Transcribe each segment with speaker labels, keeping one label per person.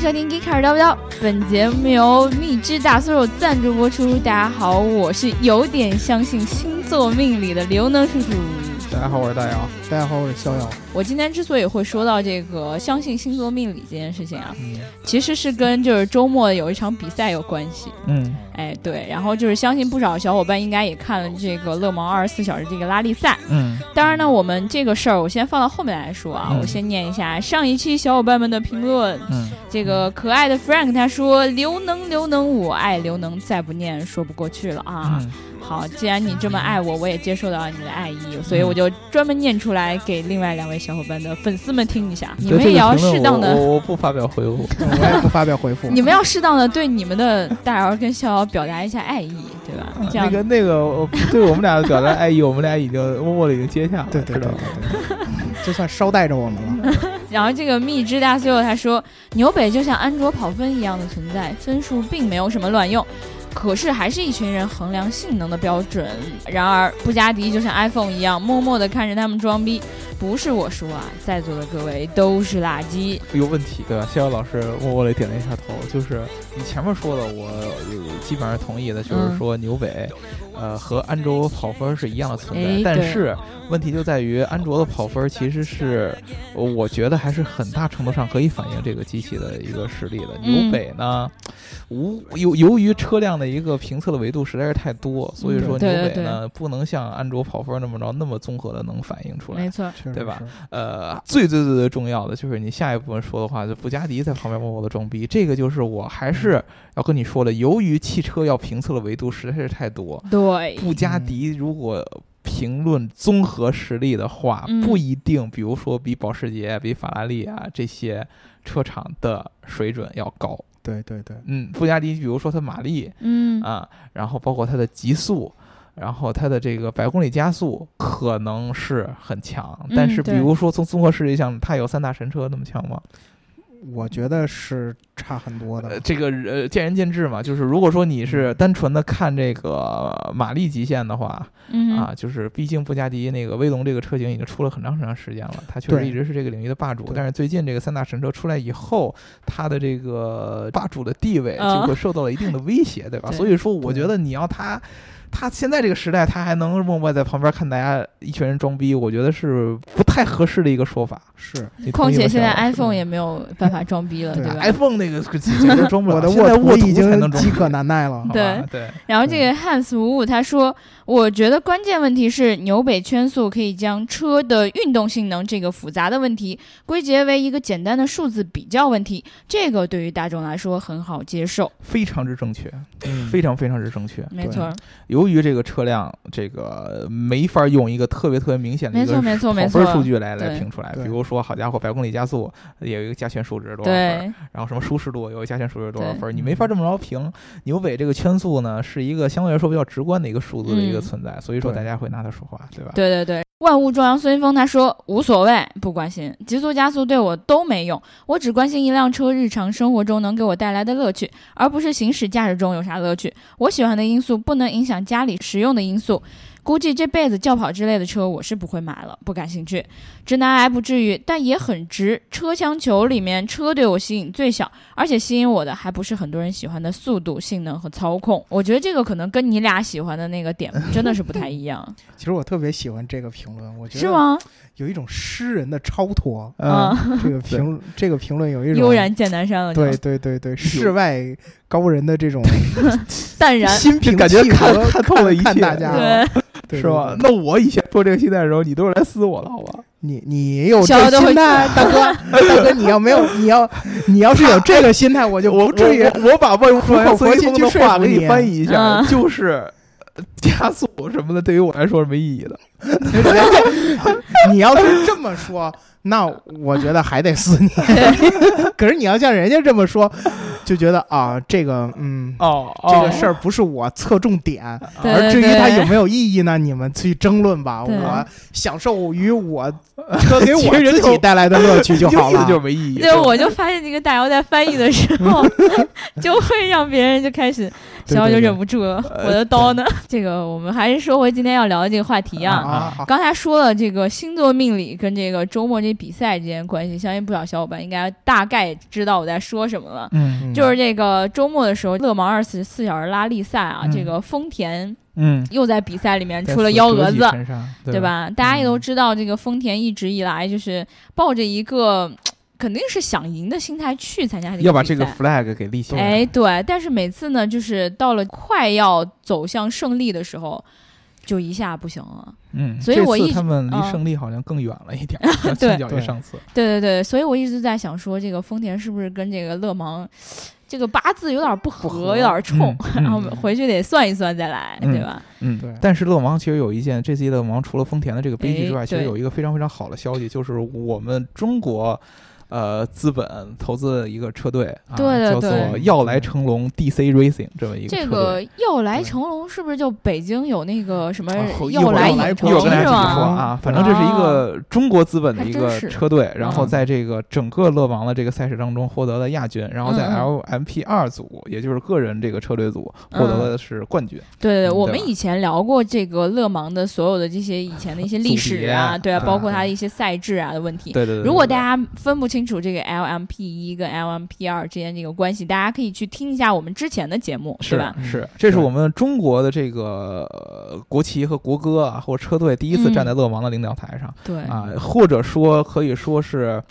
Speaker 1: 收听《Geeker 叨不叨》，本节目由蜜汁大酥肉赞助播出。大家好，我是有点相信星座命理的刘能叔叔。
Speaker 2: 大家好，我是大姚。
Speaker 3: 大家好，我是逍遥。
Speaker 1: 我今天之所以会说到这个相信星座命理这件事情啊，
Speaker 2: 嗯
Speaker 1: 其实是跟就是周末有一场比赛有关系。
Speaker 2: 嗯，
Speaker 1: 哎，对，然后就是相信不少小伙伴应该也看了这个勒芒二十四小时这个拉力赛。
Speaker 2: 嗯，
Speaker 1: 当然呢，我们这个事儿我先放到后面来说啊，
Speaker 2: 嗯
Speaker 1: 我先念一下上一期小伙伴们的评论。
Speaker 2: 嗯，
Speaker 1: 这个可爱的 Frank 他说：“刘能，刘能，我爱刘能，再不念说不过去了啊。
Speaker 2: 嗯，
Speaker 1: 好，既然你这么爱我，我也接受到你的爱意，所以我就专门念出来给另外两位小伙伴的粉丝们听一下。你
Speaker 2: 对
Speaker 1: 们
Speaker 2: 这
Speaker 1: 也
Speaker 2: 个
Speaker 1: 要
Speaker 2: 评论
Speaker 1: 适当
Speaker 2: 我
Speaker 1: 的，
Speaker 2: 我我不发表回 复。
Speaker 3: 嗯我也不发表回复。
Speaker 1: 你们要适当的对你们的大姚跟逍遥表达一下爱意，对吧？这
Speaker 2: 啊那
Speaker 1: 样
Speaker 2: 个那个，我对我们俩的表达爱意，我们俩已经默默的已经接下了，
Speaker 3: 对对
Speaker 2: 知
Speaker 3: 对
Speaker 2: 道
Speaker 3: 对
Speaker 2: 吗？
Speaker 3: 对，对就算捎带着我们 了。
Speaker 1: 然后这个蜜汁大碎肉他说，纽北就像安卓跑分一样的存在，分数并没有什么卵用，可是还是一群人衡量性能的标准。然而布加迪就像 iPhone 一样，默默地看着他们装逼。不是我说啊，在座的各位都是垃圾。
Speaker 2: 有问题，对吧？逍遥老师默默的点了一下头，就是你前面说的，我我基本上同意的，就是
Speaker 1: 嗯
Speaker 2: 说纽北，呃，和安卓跑分是一样的存在
Speaker 1: 哎，
Speaker 2: 但
Speaker 1: 对
Speaker 2: 是问题就在于安卓的跑分其实是，我觉得还是很大程度上可以反映这个机器的一个实力的。
Speaker 1: 嗯
Speaker 2: 纽北呢，无由由于车辆的一个评测的维度实在是太多，所以
Speaker 1: 嗯
Speaker 2: 说
Speaker 1: 对
Speaker 2: 纽
Speaker 1: 对
Speaker 2: 北呢不能像安卓跑分那么着那么综合的能反映出来
Speaker 1: 没。错，
Speaker 3: 确实
Speaker 2: 对吧
Speaker 3: 是？
Speaker 2: 呃，最最最最重要的就是你下一部分说的话，就布加迪在旁边默默的装逼，这个就是我还是要跟你说的，由于汽车要评测的维度实在是太多，
Speaker 1: 对，
Speaker 2: 布加迪如果评论综合实力的话，
Speaker 1: 嗯
Speaker 2: 不一定，比如说比保时捷、比法拉利啊这些车厂的水准要高。
Speaker 3: 对对对，
Speaker 2: 嗯，布加迪比如说它马力
Speaker 1: 嗯，
Speaker 2: 啊，然后包括它的极速。然后它的这个百公里加速可能是很强，
Speaker 1: 嗯
Speaker 2: 但是比
Speaker 1: 对
Speaker 2: 如说从综合实力上，它有三大神车那么强吗？
Speaker 3: 我觉得是差很多
Speaker 2: 呃，
Speaker 3: 的。
Speaker 2: 这个呃见仁见智嘛。就是如果说你是单纯的看这个马力极限的话，
Speaker 1: 嗯
Speaker 2: 啊，就是毕竟布加迪那个威龙这个车型已经出了很长很长时间了，它确实
Speaker 3: 对
Speaker 2: 一直是这个领域的霸主。
Speaker 3: 对
Speaker 2: 但是最近这个三大神车出来以后，它的这个霸主的地位就
Speaker 1: 嗯
Speaker 2: 会受到了一定的威胁，对吧？
Speaker 1: 对
Speaker 2: 所以说，我
Speaker 3: 对
Speaker 2: 觉得你要它。它现在这个时代，它还能默默在旁边看大家一群人装逼，我觉得是不太合适的一个说法。
Speaker 3: 是
Speaker 2: 你同
Speaker 1: 况
Speaker 2: 意吗
Speaker 1: 且现在
Speaker 2: 小王
Speaker 1: iPhone 也没有办法装逼了，
Speaker 3: 对
Speaker 1: 对
Speaker 3: 啊
Speaker 1: 吧？
Speaker 2: iPhone 那个是简直装不了，
Speaker 3: 我的
Speaker 2: 啊现在
Speaker 3: 沃
Speaker 2: 沃
Speaker 3: 土
Speaker 2: 土
Speaker 3: 已
Speaker 2: 才能
Speaker 3: 经
Speaker 2: 装
Speaker 3: 饥渴难 耐了
Speaker 2: 好。吧
Speaker 1: 对
Speaker 2: 对，
Speaker 1: 然后这
Speaker 2: 嗯
Speaker 1: 个汉斯五五他说，我觉得关键问题是纽北圈速可以将车的运动性能这个复杂的问题归结为一个简单的数字比较问题，这个对于大众来说很好接受。
Speaker 2: 非常之正确，
Speaker 3: 嗯
Speaker 2: 非常非常之正确。
Speaker 1: 没错，
Speaker 2: 由于这个车辆这个没法用一个特别特别明显的一
Speaker 1: 没
Speaker 2: 个
Speaker 1: 错，没错，
Speaker 2: 跑
Speaker 1: 没
Speaker 2: 分数
Speaker 1: 错。
Speaker 2: 据来
Speaker 1: 对
Speaker 2: 来评出来，比
Speaker 3: 对
Speaker 2: 如说好家伙，百公里加速也有一个加权数值多少分儿，
Speaker 1: 对，
Speaker 2: 然后什么舒适度有一个加权数值多少
Speaker 1: 对
Speaker 2: 分儿，你没法这么着评。纽北这个圈速呢，是一个相对来说比较直观的一个数字的一个
Speaker 1: 嗯
Speaker 2: 存在，所以说
Speaker 3: 对
Speaker 2: 大家会拿它说话，对吧？
Speaker 1: 对对对。万物壮阳孙一峰他说无所谓，不关心极速加速对我都没用，我只关心一辆车日常生活中能给我带来的乐趣，而不是行驶驾驶中有啥乐趣。我喜欢的因素不能影响家里实用的因素。估计这辈子轿跑之类的车我是不会买了，不感兴趣。直男癌不至于，但也很直。车厢球里面车对我吸引最小，而且吸引我的还不是很多人喜欢的速度、性能和操控。我觉得这个可能跟你俩喜欢的那个点真的是不太一样，
Speaker 3: 其实我特别喜欢这个评论， 我觉
Speaker 1: 是
Speaker 3: 得
Speaker 1: 吗？
Speaker 3: 有一种诗人的超 脱。
Speaker 2: 嗯，
Speaker 1: 啊
Speaker 3: 这个评这个评论有一种
Speaker 1: 悠然见南山了，就
Speaker 3: 对对对对，世外高人的这 种
Speaker 1: 淡 然，
Speaker 3: 心平
Speaker 2: 感觉
Speaker 3: 气
Speaker 2: 看
Speaker 3: 和
Speaker 2: 看透了一
Speaker 3: 看
Speaker 2: 切
Speaker 3: 大家
Speaker 1: 对，
Speaker 3: 对
Speaker 2: 是吧？？
Speaker 3: 对对
Speaker 2: 那我以前做这个期待的时候，你都是来撕我的，好吧？
Speaker 3: 你你也有
Speaker 1: 逍遥
Speaker 3: 这
Speaker 1: 都会
Speaker 3: 心态，大哥大哥，你要没有你要你要是有这个心态，我就
Speaker 2: 我
Speaker 3: 不至于
Speaker 2: 我我我把万
Speaker 3: 苦口
Speaker 2: 万
Speaker 3: 婆心去
Speaker 2: 的
Speaker 3: 说
Speaker 2: 话
Speaker 3: 服
Speaker 2: 给
Speaker 3: 你
Speaker 2: 你翻译一下，
Speaker 1: 嗯
Speaker 2: 就是呃加速什么的，对于我来说是没意义的。
Speaker 3: 你要是这么 说，那我觉得还得撕你。可是你要像人家这么说，就觉得啊，这个嗯，
Speaker 2: 哦，
Speaker 3: 这个事
Speaker 2: 儿
Speaker 3: 儿不是我侧重点，
Speaker 1: 对
Speaker 3: 而至于它有
Speaker 1: 哦对
Speaker 3: 没有意义呢，你们去争论吧。
Speaker 1: 对
Speaker 3: 我享受于我车给
Speaker 2: 其
Speaker 3: 我
Speaker 2: 实人
Speaker 3: 自
Speaker 2: 就
Speaker 3: 己带来的乐趣就好了。
Speaker 2: 就没意义。
Speaker 1: 对，我就发现这个大姚在翻译的 时候， 就会让别人就开始，
Speaker 3: 对
Speaker 1: 小姚就
Speaker 3: 对呃
Speaker 1: 忍不住了，我的刀呢？ 这个我们还是说回今天要聊的这个话题
Speaker 3: 啊
Speaker 1: 啊。
Speaker 3: 啊，啊
Speaker 1: 刚才说了这个星座命理跟这个周末这比赛之间的关系，相信不少小伙伴应该大概知道我在说什么了。
Speaker 2: 嗯
Speaker 3: 嗯
Speaker 1: 就是这个周末的时候，勒芒二十四小时拉力赛啊，
Speaker 2: 嗯
Speaker 1: 这个丰田
Speaker 2: 嗯，
Speaker 1: 又在比赛里面
Speaker 2: 在
Speaker 1: 出了
Speaker 2: 所
Speaker 1: 幺
Speaker 2: 折
Speaker 1: 蛾
Speaker 2: 戟
Speaker 1: 子，
Speaker 2: 身上，
Speaker 1: 对？吧？大家也
Speaker 2: 嗯
Speaker 1: 都知道，这个丰田一直以来就是抱着一个肯定是想赢的心态去参加这个
Speaker 2: 要把
Speaker 1: 比
Speaker 2: 这个
Speaker 1: 赛
Speaker 2: flag 给立起来。
Speaker 1: 哎，对，但是每次呢，就是到了快要走向胜利的时候，就一下不行了。
Speaker 2: 嗯，
Speaker 1: 所以
Speaker 2: 这
Speaker 1: 我
Speaker 2: 次
Speaker 1: 一
Speaker 2: 他
Speaker 1: 直
Speaker 2: 们离
Speaker 1: 嗯
Speaker 2: 胜利好像更远 了一点儿，相较于
Speaker 3: 对
Speaker 2: 上次。
Speaker 1: 对对对，所以我一直在想说，这个丰田是不是跟这个勒芒这个八字有点不合，
Speaker 3: 合
Speaker 1: 有点冲，
Speaker 2: 嗯
Speaker 1: 然后
Speaker 3: 嗯
Speaker 1: 回去得算一算再来，
Speaker 2: 嗯
Speaker 1: 对吧？
Speaker 2: 嗯，
Speaker 3: 对
Speaker 2: 但是勒芒其实有一件，这次勒芒除了丰田的这个悲剧之
Speaker 1: 哎
Speaker 2: 外，其实
Speaker 1: 对
Speaker 2: 有一个非常非常好的消息，就是我们中国。呃，资本投资了一个车队，啊、
Speaker 1: 对对
Speaker 2: 叫做
Speaker 1: 对
Speaker 2: 要来成龙 DC Racing 这么一个
Speaker 1: 这
Speaker 2: 车
Speaker 1: 个
Speaker 2: 队。
Speaker 1: 要来
Speaker 2: 对
Speaker 1: 成龙是不是就北京有那个什么
Speaker 2: 啊后一
Speaker 1: 要
Speaker 2: 会儿
Speaker 1: 来
Speaker 3: 要来
Speaker 1: 影
Speaker 2: 一会儿
Speaker 1: 城
Speaker 2: 跟大家
Speaker 1: 是
Speaker 2: 继续说
Speaker 1: 吗？
Speaker 2: 啊，反正这是一个中国资本的一
Speaker 1: 还
Speaker 2: 个
Speaker 1: 真是
Speaker 2: 车队，然后
Speaker 1: 嗯
Speaker 2: 在这个整个勒芒的这个赛事当中获得了亚军，然后在
Speaker 1: 嗯
Speaker 2: LMP 二组，也就是个人这个车队组获
Speaker 1: 嗯
Speaker 2: 得的是冠军。
Speaker 1: 对对，
Speaker 2: 嗯
Speaker 1: 我
Speaker 2: 对
Speaker 1: 们
Speaker 2: 吧
Speaker 1: 以前聊过这个勒芒的所有的这些以前的 一些历史啊，
Speaker 2: 组别
Speaker 1: 对啊，
Speaker 2: 啊
Speaker 1: 包括它的一些赛制啊的问题。
Speaker 2: 对对对
Speaker 1: 如果
Speaker 2: 对对
Speaker 1: 大家分不清楚这个 LMP 一跟 LMP 二之间这个关系，大家可以去听一下我们之前的节目，
Speaker 2: 是啊
Speaker 1: 对吧？
Speaker 2: 是
Speaker 3: 嗯，
Speaker 2: 这是
Speaker 3: 对
Speaker 2: 我们中国的这个呃国旗和国歌啊，或者车队第一次站在勒芒的领导台上、
Speaker 1: 嗯对，
Speaker 2: 啊，或者说可以说是，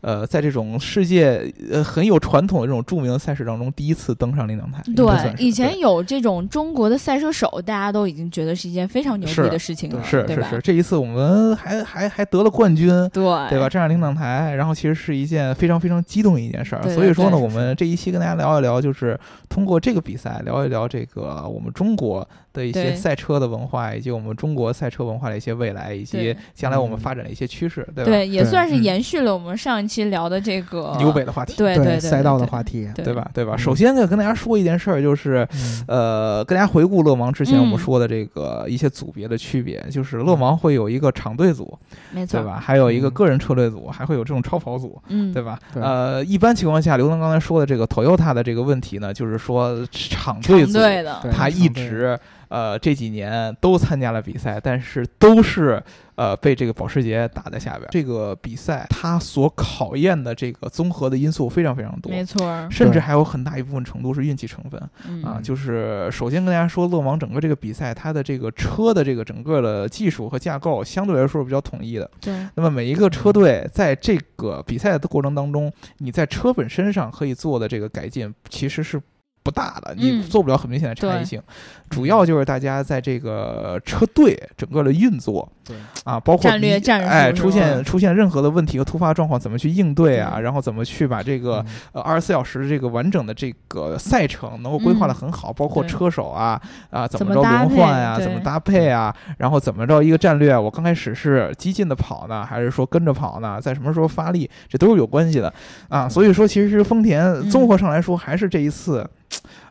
Speaker 2: 呃，在这种世界呃很有传统的这种著名的赛事当中，第一次登上领导台。应该
Speaker 1: 对
Speaker 2: 算，是
Speaker 1: 以前有这种中国的赛车手，大家都已经觉得是一件非常牛逼
Speaker 2: 是
Speaker 1: 的事情了，
Speaker 2: 是
Speaker 1: 对
Speaker 2: 是
Speaker 1: 吧？
Speaker 2: 是，这一次我们还还还得了冠军。
Speaker 1: 对，
Speaker 2: 对吧？？站上领导台，然后其实是一件非常非常激动的一件事儿。
Speaker 1: 对
Speaker 2: 所以说呢，
Speaker 1: 对
Speaker 2: 我们这一期跟大家聊一聊，就是通过这个比赛聊一聊这个我们中国的一
Speaker 1: 对
Speaker 2: 些赛车的文化，以及我们中国赛车文化的一些未来，以及
Speaker 1: 对
Speaker 2: 将来我们
Speaker 3: 嗯
Speaker 2: 发展的一些趋势，对吧？
Speaker 1: 对，也
Speaker 3: 对
Speaker 1: 算是
Speaker 2: 嗯
Speaker 1: 延续了我们上一期聊的这个
Speaker 2: 牛北的话题，
Speaker 1: 对对对
Speaker 3: 赛道的
Speaker 1: 对
Speaker 3: 话题，
Speaker 1: 对
Speaker 2: 对？吧？对吧？
Speaker 3: 嗯
Speaker 2: 首先呢，跟大家说一件事儿，就是
Speaker 3: 嗯
Speaker 2: 呃，跟大家回顾勒芒之前我
Speaker 1: 嗯
Speaker 2: 们说的这个一些组别的区别，就是勒芒会有一个厂队组，
Speaker 1: 没错
Speaker 2: 对，吧？还有一个
Speaker 3: 嗯
Speaker 2: 个人车队组，还会有这种超跑组，
Speaker 1: 嗯，
Speaker 2: 对吧？
Speaker 3: 对
Speaker 2: 呃，一般情况下，刘能刚才说的这个 Toyota 的这个问题呢，就是说厂
Speaker 1: 长
Speaker 2: 队组
Speaker 1: 队的，
Speaker 3: 对
Speaker 2: 他
Speaker 3: 厂
Speaker 2: 一
Speaker 3: 队
Speaker 2: 直呃这几年都参加了比赛，但是都是呃被这个保时捷打在下边儿。这个比赛它所考验的这个综合的因素非常非常多。
Speaker 1: 没错儿，
Speaker 2: 甚至
Speaker 3: 对
Speaker 2: 还有很大一部分程度是运气成分
Speaker 1: 嗯
Speaker 2: 啊，
Speaker 3: 嗯
Speaker 2: 就是首先跟大家说，勒芒整个这个比赛，它的这个车的这个整个的技术和架构相对来说是比较统一的，
Speaker 1: 对，
Speaker 2: 那么每一个车队在这个比赛的过程当中，你在车本身上可以做的这个改进其实是不大的，你
Speaker 1: 嗯
Speaker 2: 做不了很明显的差异性。主要就是大家在这个车队整个的运作
Speaker 3: 对
Speaker 2: 啊，包括
Speaker 1: 战略
Speaker 2: 你
Speaker 1: 战术
Speaker 2: 哎
Speaker 1: 是
Speaker 2: 出
Speaker 1: 吧
Speaker 2: 现出现任何的问题和突发状况怎么去应对啊，
Speaker 1: 对
Speaker 2: 然后怎么去把这个
Speaker 3: 嗯
Speaker 2: 呃二十四小时这个完整的这个赛程能够规划的
Speaker 1: 嗯
Speaker 2: 很好，包括
Speaker 1: 对
Speaker 2: 车手啊啊怎
Speaker 1: 怎
Speaker 2: 么
Speaker 1: 么
Speaker 2: 着
Speaker 1: 搭
Speaker 2: 轮
Speaker 1: 配
Speaker 2: 换啊，
Speaker 1: 对
Speaker 2: 怎么搭配啊，然后怎么着一个战略，我刚开始是激进的跑呢，还是说跟着跑呢，在什么时候发力，这都是有关系的啊。所以说，其实丰田
Speaker 1: 嗯
Speaker 2: 综合上来说，还是这一次。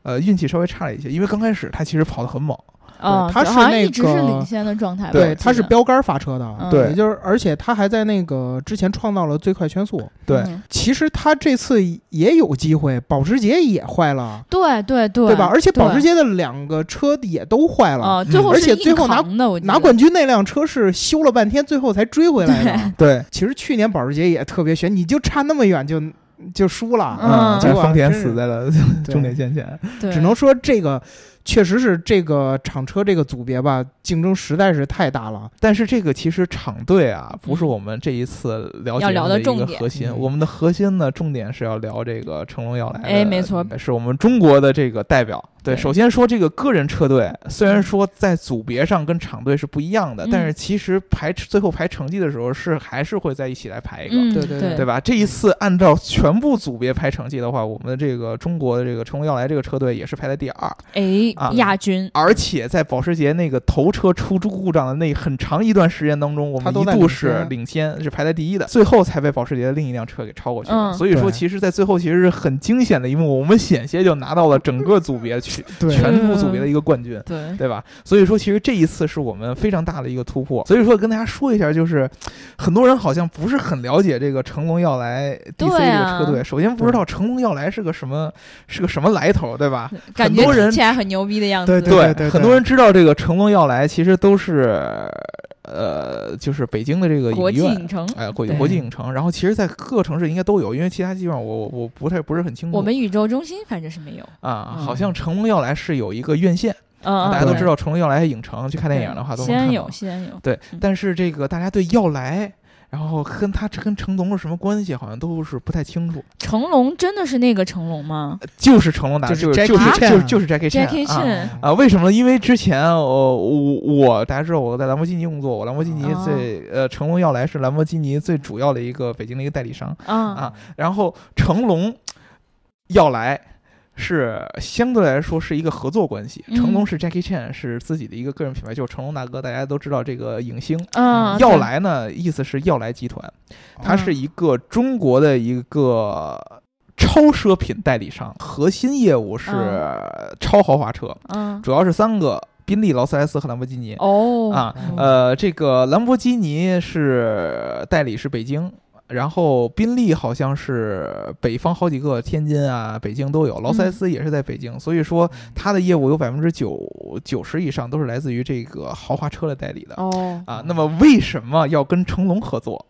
Speaker 2: 呃，运气稍微差了一些，因为刚开始他其实跑得很猛，
Speaker 1: 哦，
Speaker 3: 他
Speaker 1: 对
Speaker 3: 是
Speaker 1: 好像
Speaker 3: 那
Speaker 1: 一直是
Speaker 3: 个
Speaker 1: 领先的状态吧，我
Speaker 3: 对，
Speaker 1: 记
Speaker 3: 他是
Speaker 1: 得
Speaker 3: 标杆发车的，
Speaker 1: 嗯对
Speaker 3: 也就是而且他还在那个之前创造了最快圈速。
Speaker 2: 对
Speaker 1: 嗯
Speaker 3: 其实他这次也有机会，保时捷也坏了，
Speaker 1: 对对对，
Speaker 3: 对吧？而且保时
Speaker 1: 对
Speaker 3: 捷的两个车也都坏了，
Speaker 1: 哦，最
Speaker 2: 嗯
Speaker 1: 后
Speaker 3: 而
Speaker 1: 是
Speaker 3: 且
Speaker 1: 硬
Speaker 3: 最后拿
Speaker 1: 扛的，我记
Speaker 3: 拿
Speaker 1: 得
Speaker 3: 冠军那辆车是修了半天，最后才追回来的。
Speaker 2: 对，
Speaker 3: 其实去年保时捷也特别悬，你就差那么远就就输了，
Speaker 1: 嗯
Speaker 2: 但
Speaker 3: 结果
Speaker 2: 丰田
Speaker 3: 真是
Speaker 2: 死在了
Speaker 3: 对
Speaker 2: 终点线前，
Speaker 1: 对，
Speaker 3: 只能说这个确实是这个厂车这个组别吧，竞争实在是太大了。
Speaker 2: 但是这个其实厂队啊，不是我们这一次聊
Speaker 1: 嗯要聊的
Speaker 2: 的一
Speaker 1: 重
Speaker 2: 个
Speaker 1: 点
Speaker 2: 核心。
Speaker 3: 嗯
Speaker 2: 我们的核心呢，重点是要聊这个成龙要来的，
Speaker 1: 哎没错
Speaker 2: 是我们中国的这个代表，对，首先说这个个人车队，虽然说在组别上跟厂队是不一样的，
Speaker 1: 嗯
Speaker 2: 但是其实排最后排成绩的时候是还是会在一起来排一个。
Speaker 1: 嗯，
Speaker 3: 对
Speaker 1: 对
Speaker 3: 对
Speaker 2: 对吧？这一次按照全部组别排成绩的话，我们的这个中国的这个成龙要来这个车队也是排在第二，啊
Speaker 1: 哎，亚军，
Speaker 2: 而且在保时捷那个头车出故障的那很长一段时间当中，我
Speaker 3: 他
Speaker 2: 们
Speaker 3: 都
Speaker 2: 一
Speaker 3: 在
Speaker 2: 度
Speaker 3: 领
Speaker 2: 是
Speaker 3: 先
Speaker 2: 领先，是排在第一的，最后才被保时捷的另一辆车给超过去了。
Speaker 1: 嗯
Speaker 2: 所以说，
Speaker 3: 对
Speaker 2: 其实，在最后其实是很惊险的一幕，我们险些就拿到了整个组别去
Speaker 3: 对
Speaker 2: 全部组别的一个冠军。
Speaker 1: 对，
Speaker 2: 对吧？所以说，其实这一次是我们非常大的一个突破。所以说，跟大家说一下，就是很多人好像不是很了解这个成龙要来 DC 这
Speaker 1: 对
Speaker 2: 个
Speaker 1: 啊
Speaker 2: 车队。首先不知道成龙要来是个什么，是个什么来头，对吧？
Speaker 1: 感
Speaker 2: 很
Speaker 1: 觉
Speaker 2: 多人
Speaker 1: 听起来很牛逼的样子，
Speaker 3: 对对对
Speaker 2: 很多人知道这个成龙要来，其实都是呃，就是北京的这个
Speaker 1: 国
Speaker 2: 影
Speaker 1: 际
Speaker 2: 院
Speaker 1: 影。城，
Speaker 2: 哎，国际
Speaker 1: 对
Speaker 2: 国际影城，然后其实，在各个城市应该都有，因为其他地方我我我不太不是很清楚。
Speaker 1: 我们宇宙中心反正是没有，
Speaker 2: 啊，
Speaker 1: 嗯
Speaker 2: 好像成龙要来是有一个院线，
Speaker 1: 嗯，
Speaker 2: 啊大家都
Speaker 1: 嗯
Speaker 2: 知道成龙要来影城去看电影的话都
Speaker 1: 对西
Speaker 2: 能看
Speaker 1: 安
Speaker 2: 到。
Speaker 1: 有，西安有，
Speaker 2: 对
Speaker 1: 嗯，
Speaker 2: 但是这个大家对要来，然后跟他跟成龙是什么关系，好像都是不太清楚。呃
Speaker 1: 成龙真的是那个成龙吗？
Speaker 2: 就是成龙打，
Speaker 3: 就是 Jackie
Speaker 2: 就是就是
Speaker 3: Chan
Speaker 2: 就是就是 Jackie
Speaker 1: Jackie
Speaker 2: Chan 啊
Speaker 1: Chan
Speaker 3: 嗯
Speaker 2: 啊，为什么呢？因为之前我我我大家知道我在兰博基尼工作，我兰博基尼
Speaker 1: 哦
Speaker 2: 最、呃成龙要来是兰博基尼最主要的一个北京的一个代理商，
Speaker 1: 嗯，
Speaker 2: 啊，然后成龙要来是相对来说是一个合作关系，成龙
Speaker 1: 嗯
Speaker 2: 是 Jackie Chan 是自己的一个个人品牌，就是成龙大哥，大家都知道这个影星。
Speaker 1: 嗯，
Speaker 2: 要
Speaker 1: 对，
Speaker 2: 来呢，意思是要来集团，它是
Speaker 1: 嗯
Speaker 2: 一个中国的一个超奢品代理商，核心业务是
Speaker 1: 哦
Speaker 2: 超豪华车，
Speaker 1: 嗯，
Speaker 2: 主要是三个：宾利、劳斯莱斯和兰博基尼。
Speaker 1: 哦，
Speaker 2: 啊
Speaker 1: 嗯
Speaker 2: 呃，这个兰博基尼是代理是北京，然后宾利好像是北方好几个，天津啊、北京都有，劳
Speaker 1: 嗯
Speaker 2: 斯莱斯也是在北京，所以说它的业务有百分之九九十以上都是来自于这个豪华车的代理的、
Speaker 1: 哦，
Speaker 2: 啊。那么为什么要跟成龙合作？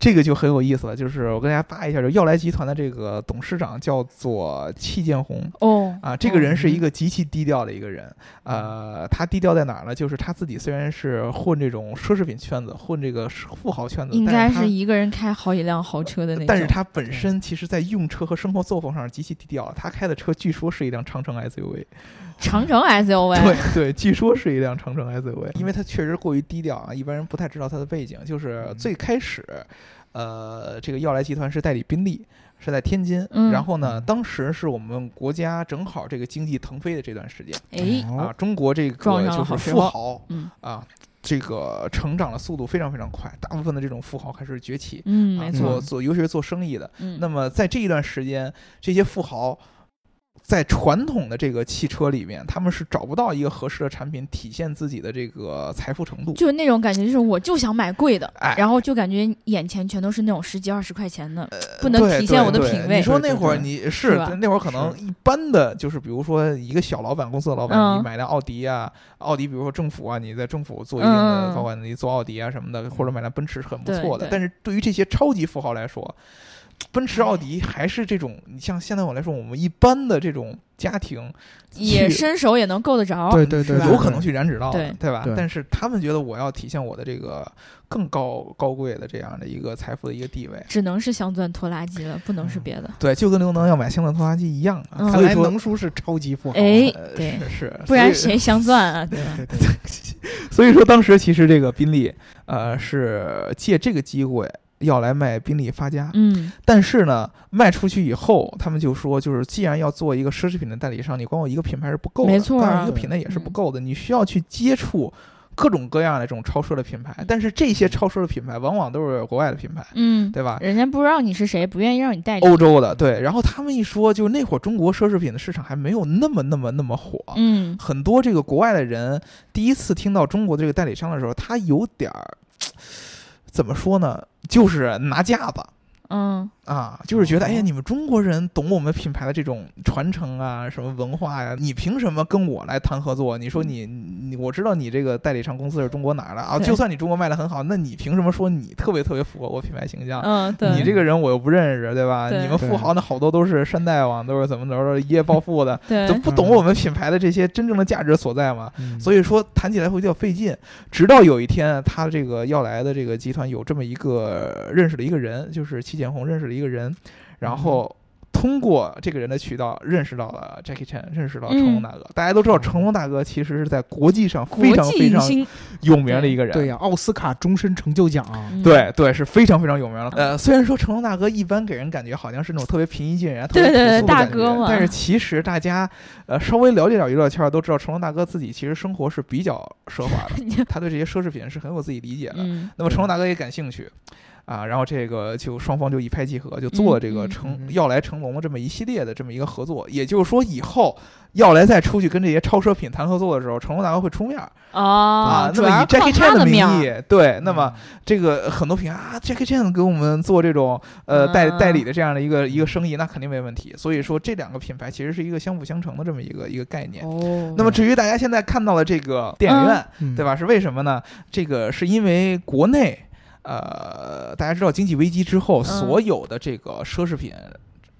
Speaker 2: 这个就很有意思了，就是我跟大家扒一下，就耀来集团的这个董事长叫做戚建红，
Speaker 1: 哦，
Speaker 2: 啊，这个人是一
Speaker 3: 嗯
Speaker 2: 个极其低调的一个人。呃，
Speaker 1: 嗯
Speaker 2: 他低调在哪儿呢？就是他自己虽然是混这种奢侈品圈子，混这个富豪圈子，
Speaker 1: 应该
Speaker 2: 但
Speaker 1: 是
Speaker 2: 是
Speaker 1: 一个人开好几辆豪车的那
Speaker 2: 他
Speaker 1: 种，
Speaker 2: 但是他本身其实在用车和生活作风上是极其低调的。他开的车据说是一辆长城 SUV，
Speaker 1: 长城 SUV，
Speaker 2: 对对，据说是一辆长城 SUV，因
Speaker 1: 嗯
Speaker 2: 为他确实过于低调啊，一般人不太知道他的背景。
Speaker 1: 嗯
Speaker 2: 就是最开始，呃，这个耀来集团是代理宾利。是在天津，
Speaker 1: 嗯
Speaker 2: 然后呢，当时是我们国家正好这个经济腾飞的这段时间，
Speaker 1: 哎，
Speaker 3: 哦
Speaker 2: 啊，中国这个
Speaker 1: 撞上了
Speaker 2: 就
Speaker 1: 好
Speaker 2: 是
Speaker 1: 时
Speaker 2: 富
Speaker 1: 髦
Speaker 2: 豪
Speaker 1: 嗯
Speaker 2: 啊，这个成长的速度非常非常快，大部分的这种富豪开始崛起，
Speaker 1: 嗯，
Speaker 2: 啊
Speaker 1: 没
Speaker 2: 做
Speaker 1: 错，
Speaker 2: 做尤其是做生意的。
Speaker 1: 嗯，
Speaker 2: 那么在这一段时间，这些富豪在传统的这个汽车里面，他们是找不到一个合适的产品体现自己的这个财富程度。
Speaker 1: 就那种感觉，就是我就想买贵的，
Speaker 2: 哎
Speaker 1: 然后就感觉眼前全都是那种十几二十块钱的，不
Speaker 2: 对
Speaker 1: 能
Speaker 2: 呃对
Speaker 1: 体现我的
Speaker 2: 对
Speaker 1: 品
Speaker 2: 你
Speaker 1: 味。
Speaker 2: 说
Speaker 3: 对
Speaker 2: 那
Speaker 3: 对
Speaker 2: 会儿
Speaker 3: 对
Speaker 2: 你
Speaker 1: 是
Speaker 2: 是
Speaker 1: 吧
Speaker 2: 那会儿可能一般的就是，比如说一个小老板公司的老板，
Speaker 1: 嗯
Speaker 2: 你买辆奥迪啊，奥迪比如说政府啊，你在政府做
Speaker 1: 嗯
Speaker 2: 一定的高
Speaker 1: 嗯
Speaker 2: 管，你做奥迪啊什么的，或者买辆奔驰是很不
Speaker 1: 对
Speaker 2: 错的
Speaker 1: 对。
Speaker 2: 但是对于这些超级富豪来说，奔驰、
Speaker 1: 哎
Speaker 2: 奥迪还是这种，你像现在我来说，我们一般的这种家庭
Speaker 1: 也
Speaker 2: 去
Speaker 1: 伸手也能够得着。
Speaker 3: 对对对，
Speaker 2: 有可能去染指到的
Speaker 1: 哦对，
Speaker 2: 对吧
Speaker 3: 对？
Speaker 2: 但是他们觉得我要体现我的这个更高高贵的这样的一个财富的一个地位。
Speaker 1: 只能是镶钻拖拉机了，不能
Speaker 2: 嗯
Speaker 1: 是别的。
Speaker 2: 对，就跟刘能要买新的拖拉机一样
Speaker 1: 嗯
Speaker 2: 啊，
Speaker 3: 看
Speaker 2: 所以
Speaker 3: 来
Speaker 2: 说
Speaker 3: 能叔是超级富豪，
Speaker 1: 哎，
Speaker 2: 呃
Speaker 1: 对，
Speaker 2: 是是，
Speaker 1: 不然
Speaker 2: 所以
Speaker 1: 谁镶钻 啊？对吧？
Speaker 3: 对对对，
Speaker 2: 所以说当时其实这个宾利，呃，是借这个机会要来卖宾利发家，
Speaker 1: 嗯，
Speaker 2: 但是呢，卖出去以后，他们就说，就是既然要做一个奢侈品的代理商，你光有一个品牌是不够的，
Speaker 1: 没错
Speaker 2: 光
Speaker 1: 啊
Speaker 2: 有一个品类也是不够的，你需要去接触。各种各样的这种超奢的品牌，但是这些超奢的品牌往往都是国外的品牌，
Speaker 1: 嗯，
Speaker 2: 对哦吧？
Speaker 1: 人家不知道你是谁，不愿意让你代理。
Speaker 2: 欧洲的对，然后他们一说，就那会儿中国奢侈品的市场还没有那么那么那么火，
Speaker 1: 嗯，
Speaker 2: 很多这个国外的人第一次听到中国这个代理商的时候，他有点儿怎么说呢？就是拿架子
Speaker 1: 嗯
Speaker 2: 啊，就是觉得
Speaker 3: 哦
Speaker 2: 哎呀，你们中国人懂我们品牌的这种传承啊，什么文化呀、你凭什么跟我来谈合作？你说你你，我知道你这个代理商公司是中国哪儿的啊？
Speaker 1: 对
Speaker 2: 就算你中国卖的很好，那你凭什么说你特别特别符合我品牌形象？
Speaker 1: 嗯，对，
Speaker 2: 啊你这个人我又不认识，对吧？
Speaker 1: 对
Speaker 2: 你们富豪那好多都是山大王，都是怎么着的一夜暴富的，
Speaker 1: 对
Speaker 2: 都不懂我们品牌的这些真正的价值所在嘛？所
Speaker 1: 嗯
Speaker 3: 以
Speaker 2: 以说谈起来会比较费劲。直到有一天，他这个要来的这个集团有这么一个认识了一个人，就是戚建红认识了一个人，然后。通过这个人的渠道认识到了 Jackie Chan，认识到成龙大哥。大家都知道，成龙大哥其实是在国际上
Speaker 1: 嗯
Speaker 2: 非
Speaker 1: 国
Speaker 2: 常
Speaker 1: 际
Speaker 2: 非
Speaker 1: 影
Speaker 2: 常
Speaker 1: 星，
Speaker 2: 有名的一个人。
Speaker 3: 对呀、奥斯卡终身成就奖啊，
Speaker 1: 嗯
Speaker 2: 对对，是非常非常有名了。呃，虽然说成龙大哥一般给人感觉好像是那种特别平易近人、特
Speaker 1: 对
Speaker 2: 别
Speaker 1: 对对
Speaker 2: 朴素的
Speaker 1: 大
Speaker 2: 感
Speaker 1: 哥
Speaker 2: 觉
Speaker 1: 嘛
Speaker 2: 但是其实大家呃稍微了解点娱乐圈儿都知道，成龙大哥自己其实生活是比较奢华
Speaker 1: 你
Speaker 2: 的，他对这些奢侈品是很有自己理解的。
Speaker 1: 嗯，
Speaker 2: 那么成龙大哥也感兴趣。啊，然后这个就双方就一拍即合，就做了这
Speaker 1: 嗯
Speaker 2: 个
Speaker 1: 嗯
Speaker 2: 成、
Speaker 3: 嗯
Speaker 2: 要来成龙的这么一系列的这么一个合作。也就是说，以后要来再出去跟这些超奢品谈合作的时候，成龙大哥会出面儿、
Speaker 1: 哦
Speaker 2: 啊，。那
Speaker 1: 主
Speaker 2: 么
Speaker 1: 要
Speaker 2: 以
Speaker 1: 是靠
Speaker 2: Jackie
Speaker 1: 他
Speaker 2: Chan
Speaker 1: 的面
Speaker 2: 名
Speaker 1: 儿，
Speaker 2: 义，对，那么、这个很多评价啊，Jackie Chan 给我们做这种呃代代理的这样的一个一个生意，那肯定没问题。所以说这两个品牌其实是一个相辅相成的这么一个一个概念。
Speaker 1: 哦
Speaker 2: 那么至于大家现在看到的这个电影院，
Speaker 3: 嗯
Speaker 2: 对？吧？是为什么呢？这个是因为国内呃，大家知道经济危机之后，
Speaker 1: 嗯
Speaker 2: 所有的这个奢侈品。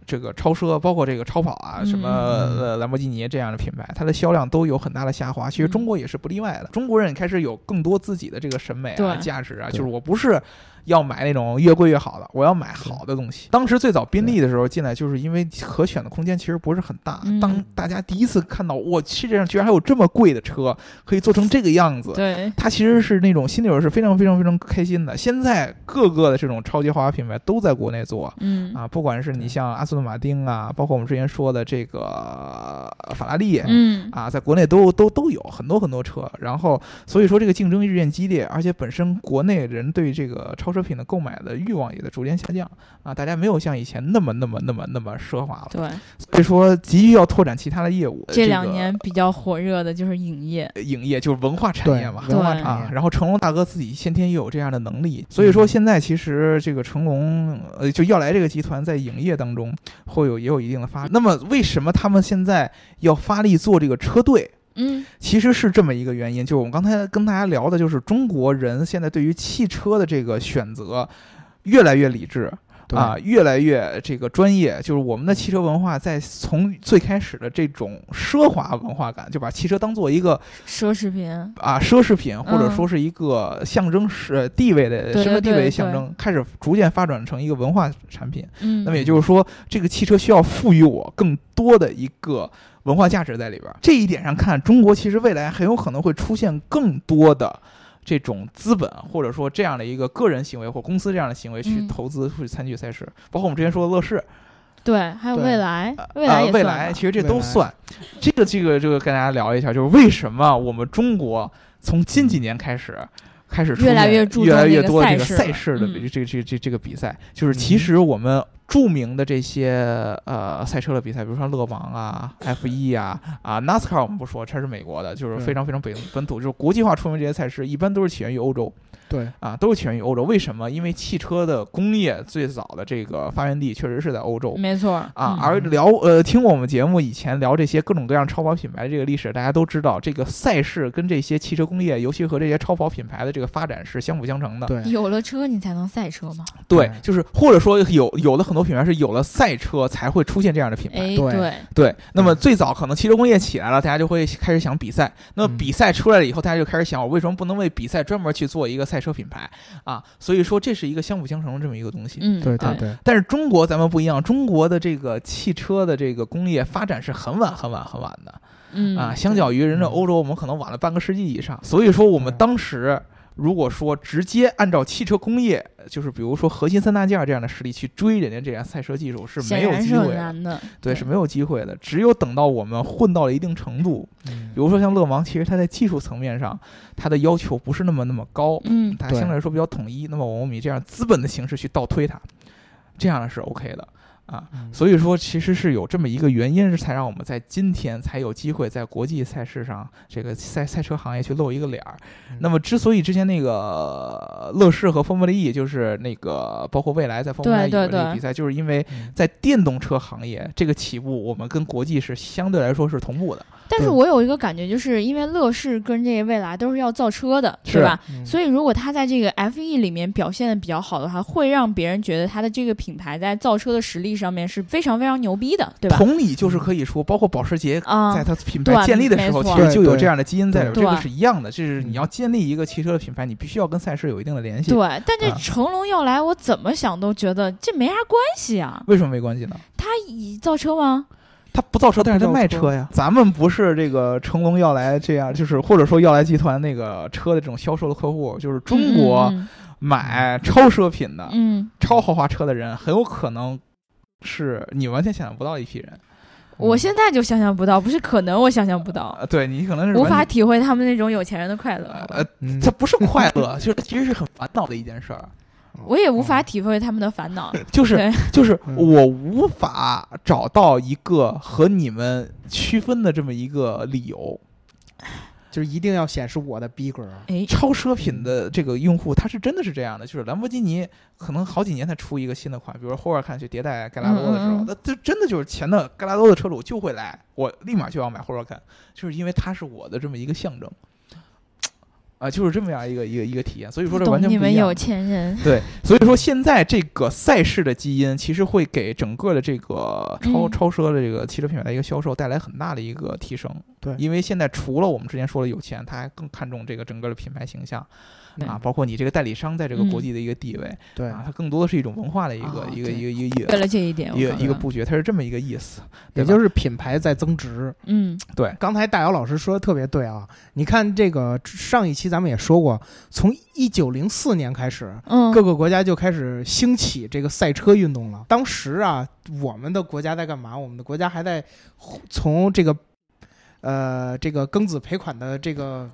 Speaker 2: 这个超奢，包括这个超跑啊，
Speaker 1: 嗯
Speaker 2: 什么呃兰博基尼这样的品牌，它的销量都有很大的下滑。其实
Speaker 1: 嗯
Speaker 2: 中国也是不例外的。中国人开始有更多自己的这个审美啊、
Speaker 1: 对
Speaker 2: 价值啊，
Speaker 3: 对
Speaker 2: 就是我不是要买那种越贵越好的，我要买好的东西。当时最早宾利的时候进来，就是因为可选的空间其实不是很大。
Speaker 1: 嗯
Speaker 2: 当大家第一次看到，我世界上居然还有这么贵的车，可以做成这个样子，
Speaker 1: 对，
Speaker 2: 他其实是那种心里边是非常非常非常开心的。现在各个的这种超级豪华品牌都在国内做
Speaker 1: 嗯
Speaker 2: 啊，不管是你像阿斯顿马丁啊，包括我们之前说的这个呃法拉利。
Speaker 1: 嗯
Speaker 2: 啊，在国内都都都有很多很多车，然后所以说这个竞争日渐激烈，而且本身国内人对这个超奢品的购买的欲望也在逐渐下降啊，大家没有像以前那么那么那么那么奢华了，
Speaker 1: 对，
Speaker 2: 所以说急于要拓展其他的业务。
Speaker 1: 这两
Speaker 2: 呃个
Speaker 1: 年比较火热的就是影业，
Speaker 2: 影业就是文化产
Speaker 3: 对
Speaker 2: 业嘛，
Speaker 3: 文化
Speaker 1: 对
Speaker 3: 产
Speaker 2: 啊
Speaker 3: 业，，
Speaker 2: 然后成龙大哥自己先天也有这样的能力，所以说现在其实这个成龙呃就耀来这个集团在影业当中会有也有一定的发展。那么为什么他们现在要发力做这个车队？
Speaker 1: 嗯
Speaker 2: 其实是这么一个原因，就是我们刚才跟大家聊的，就是中国人现在对于汽车的这个选择越来越理智
Speaker 3: 对
Speaker 2: 啊，越来越这个专业。就是我们的汽车文化在从最开始的这种奢华文化感，就把汽车当做一个
Speaker 1: 奢侈品，
Speaker 2: 啊奢侈品，或者
Speaker 1: 嗯
Speaker 2: 说是一个象征是呃地位的
Speaker 1: 对
Speaker 2: 身份地
Speaker 1: 对
Speaker 2: 位
Speaker 1: 对
Speaker 2: 的象征，开始逐渐发展成一个文化产品。
Speaker 1: 嗯，
Speaker 2: 那么也就是说，这个汽车需要赋予我更多的一个文化价值在里边儿。这一点上看，中国其实未来很有可能会出现更多的。这种资本或者说这样的一个个人行为或公司这样的行为去
Speaker 1: 嗯
Speaker 2: 投资、去参与赛事，包括我们之前说的乐视，
Speaker 1: 对，还有
Speaker 3: 对
Speaker 1: 未来，未
Speaker 2: 啊
Speaker 1: 来也
Speaker 2: 未
Speaker 1: 算
Speaker 2: 来
Speaker 1: 吧
Speaker 2: 其实这
Speaker 3: 未
Speaker 2: 都
Speaker 3: 来
Speaker 2: 算。这个这个这个跟大家聊一下，就是为什么我们中国从近几年开始。开始出
Speaker 1: 越来
Speaker 2: 现
Speaker 1: 越注
Speaker 2: 越
Speaker 1: 重
Speaker 2: 来
Speaker 1: 这
Speaker 2: 越
Speaker 1: 个
Speaker 2: 多的
Speaker 1: 赛
Speaker 2: 这个
Speaker 1: 事
Speaker 2: 赛
Speaker 1: 了
Speaker 2: 事的
Speaker 1: 嗯
Speaker 2: 这个这个这个这个比赛，就是其
Speaker 3: 嗯
Speaker 2: 实我们著名的这些呃赛车的比赛，比如说勒芒啊、F 1啊、啊 NASCAR 我们不说，它是美国的，就是
Speaker 3: 对
Speaker 2: 非常非常北本土，就是国际化出名这些赛事，一般都是起源于欧洲
Speaker 3: 对，
Speaker 2: 啊，都是起源于欧洲。为什么？因为汽车的工业最早的这个发源地确实是在欧洲，
Speaker 1: 没错儿
Speaker 2: 啊
Speaker 1: 嗯，
Speaker 2: 而聊呃，听我们节目以前聊这些各种各样超跑品牌的这个历史，大家都知道，这个赛事跟这些汽车工业，尤其和这些超跑品牌的这个发展是相辅相成的。
Speaker 3: 对，
Speaker 1: 有了车你才能赛车嘛，
Speaker 2: 对
Speaker 3: 对
Speaker 2: 就是或者说有有了很多品牌是有了赛车才会出现这样的品牌。
Speaker 1: 哎，
Speaker 3: 对
Speaker 1: 对，
Speaker 2: 对，那么
Speaker 3: 嗯
Speaker 2: 最早可能汽车工业起来了，大家就会开始想比赛。那么
Speaker 3: 嗯
Speaker 2: 比赛出来了以后，大家就开始想，我为什么不能为比赛专门去做一个赛车品牌啊？所以说这是一个相辅相成的这么一个东西。
Speaker 1: 嗯，
Speaker 3: 对对
Speaker 1: 啊
Speaker 3: 对，
Speaker 2: 但是中国咱们不一样，中国的这个汽车的这个工业发展是很晚很晚很晚的、
Speaker 1: 嗯
Speaker 2: 啊，相较于人
Speaker 3: 嗯
Speaker 2: 家欧洲，我们可能晚了半个世纪以上。所以说，我们
Speaker 3: 对
Speaker 2: 当时如果说直接按照汽车工业，就是比如说核心三大件儿这样的实力去追人家这样赛车技术是
Speaker 1: 显
Speaker 2: 没有
Speaker 1: 然
Speaker 2: 机
Speaker 1: 是
Speaker 2: 会
Speaker 1: 很
Speaker 2: 的，
Speaker 1: 难的，
Speaker 2: 对，是没有机会的。只有等到我们混到了一定程度，
Speaker 3: 嗯
Speaker 2: 比如说像勒芒，其实它在技术层面上，它的要求不是那么那么高，
Speaker 1: 嗯，
Speaker 2: 它
Speaker 3: 对
Speaker 2: 相对来说比较统一。那么我们以这样资本的形式去倒推它，这样是 OK 的啊。
Speaker 3: 嗯
Speaker 2: 所以说，其实是有这么一个原因，才让我们在今天才有机会在国际赛事上这个赛赛车行业去露一个脸儿
Speaker 3: 嗯。
Speaker 2: 那么，之所以之前那个乐视和风 o r 一，就是那个包括未来在风 o
Speaker 1: 对
Speaker 2: r
Speaker 1: 对
Speaker 2: e 这个
Speaker 1: 对
Speaker 2: 比赛，就是因为
Speaker 3: 嗯
Speaker 2: 在电动车行业这个起步，我们跟国际是相对来说是同步的。
Speaker 1: 但是
Speaker 3: 对
Speaker 1: 我有一个感觉，就是因为乐视跟这未来都是要造车的，
Speaker 2: 是啊
Speaker 1: 对吧？
Speaker 3: 嗯
Speaker 1: 所以如果他在这个 F E 里面表现的比较好的话，会让别人觉得他的这个品牌在造车的实力上面是非常非常牛逼的，对吧？嗯
Speaker 2: 同理就是可以说，包括保时捷
Speaker 1: 啊、
Speaker 2: 在它品
Speaker 1: 对
Speaker 2: 牌建立的时候，
Speaker 1: 没
Speaker 2: 其
Speaker 1: 错
Speaker 2: 实就有这样的基因在里边，
Speaker 1: 对
Speaker 2: 这个是一样的。这是
Speaker 3: 嗯
Speaker 2: 你要建立一个汽车的品牌，你必须要跟赛事有一定的联系。
Speaker 1: 对，但这
Speaker 2: 啊
Speaker 1: 成龙要来，我怎么想都觉得这没啥关系啊。
Speaker 2: 为什么没关系呢？
Speaker 1: 他以造车吗？
Speaker 2: 他不造车，但是他
Speaker 3: 不造
Speaker 2: 卖
Speaker 3: 车
Speaker 2: 车呀。咱们不是这个成龙要来这样，就是或者说要来集团那个车的这种销售的客户，就是中国啊
Speaker 1: 嗯
Speaker 2: 买超奢品的、
Speaker 1: 嗯，
Speaker 2: 超豪华车的人，很有可能是你完全想象不到的一批人。
Speaker 3: 嗯
Speaker 1: 我现在就想象不到，不是可能我想象不到，
Speaker 2: 呃，对你可能是
Speaker 1: 无
Speaker 2: 完
Speaker 1: 法体会他们那种有钱人的快乐，
Speaker 2: 呃，
Speaker 3: 嗯
Speaker 2: 它不是快乐，就是它其实是很烦恼的一件事儿，
Speaker 1: 我也无
Speaker 2: 嗯
Speaker 1: 法体会他们的烦恼。
Speaker 2: 就是
Speaker 1: 对
Speaker 2: 就是
Speaker 3: 嗯
Speaker 2: 我无法找到一个和你们区分的这么一个理由。
Speaker 3: 就是一定要显示我的逼格啊。
Speaker 1: 哎，
Speaker 2: 超奢品的这个用户，他是真的是这样的，就是兰博基尼可能好几年才出一个新的款，比如说霍尔看去迭代盖拉多的
Speaker 1: 嗯
Speaker 2: 时
Speaker 1: 嗯嗯，
Speaker 2: 候那这真的就是前的盖拉多的车主就会来，我立马就要买霍尔看，就是因为它是我的这么一个象征，啊，就是这么样一个一个一个体验，所以 说这完
Speaker 1: 懂
Speaker 2: 全
Speaker 1: 你
Speaker 2: 不一
Speaker 1: 们
Speaker 2: 样
Speaker 1: 有。钱人，
Speaker 2: 对，所以说现在这个赛事的基因，其实会给整个的这个超
Speaker 1: 嗯
Speaker 2: 超奢的这个汽车品牌的一个销售带来很大的一个提升。
Speaker 3: 对
Speaker 2: 因为现在除了我们之前说的有钱，他还更看重这个整个的品牌形象
Speaker 1: 对
Speaker 2: 啊，包括你这个代理商在这个国
Speaker 1: 嗯
Speaker 2: 际的一个地位
Speaker 3: 对，
Speaker 2: 啊，它更多的是一种文化的一个
Speaker 3: 啊
Speaker 2: 一个
Speaker 3: 对
Speaker 2: 一个一个一
Speaker 1: 为
Speaker 2: 个
Speaker 1: 了这一点，
Speaker 2: 一
Speaker 1: 我
Speaker 2: 个
Speaker 1: 觉
Speaker 2: 一个
Speaker 1: 得
Speaker 2: 布局，它是这么一个意思。对
Speaker 3: 也
Speaker 2: 吧
Speaker 3: 就是品牌在增值。
Speaker 1: 嗯，
Speaker 2: 对，
Speaker 3: 刚才大姚老师说的特别对啊，你看这个上一期咱们也说过，从一九零四年开始，
Speaker 1: 嗯，
Speaker 3: 各个国家就开始兴起这个赛车运动了。当时啊，我们的国家在干嘛？我们的国家还在从这个呃这个庚子赔款的这个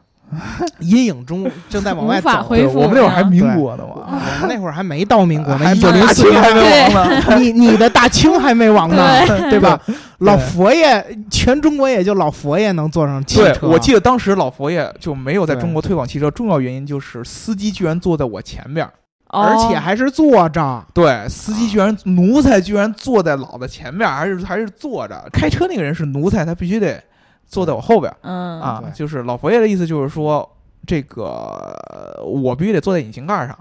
Speaker 3: 阴影中正在往外
Speaker 1: 无
Speaker 3: 走
Speaker 1: 法。恢
Speaker 2: 对
Speaker 1: 复
Speaker 2: 我们那会儿
Speaker 1: 呢
Speaker 2: 还民国呢嘛，啊
Speaker 3: 我们那会儿还没到民国呢，
Speaker 2: 还
Speaker 3: 一九零
Speaker 2: 大
Speaker 3: 四
Speaker 2: 清还
Speaker 3: 年，
Speaker 2: 没
Speaker 1: 对
Speaker 2: 亡呢，
Speaker 3: 你你的大清还没亡呢，
Speaker 2: 对
Speaker 3: 对吧？老佛爷，全中国也就老佛爷能坐上汽
Speaker 2: 对，
Speaker 3: 车。啊
Speaker 2: 我记得当时老佛爷就没有在
Speaker 3: 对
Speaker 2: 中国推广汽车，重要原因就是司机居然坐在我前边儿，
Speaker 3: 而且
Speaker 1: 哦
Speaker 3: 还是坐着。
Speaker 2: 对，司机居然奴才居然坐在老的前面儿，还是还是坐着，开车那个人是奴才，他必须得坐在我后边儿
Speaker 1: 嗯
Speaker 2: 啊
Speaker 3: 对。
Speaker 2: 就是老佛爷的意思就是说，这个呃我必须得坐在引擎盖儿上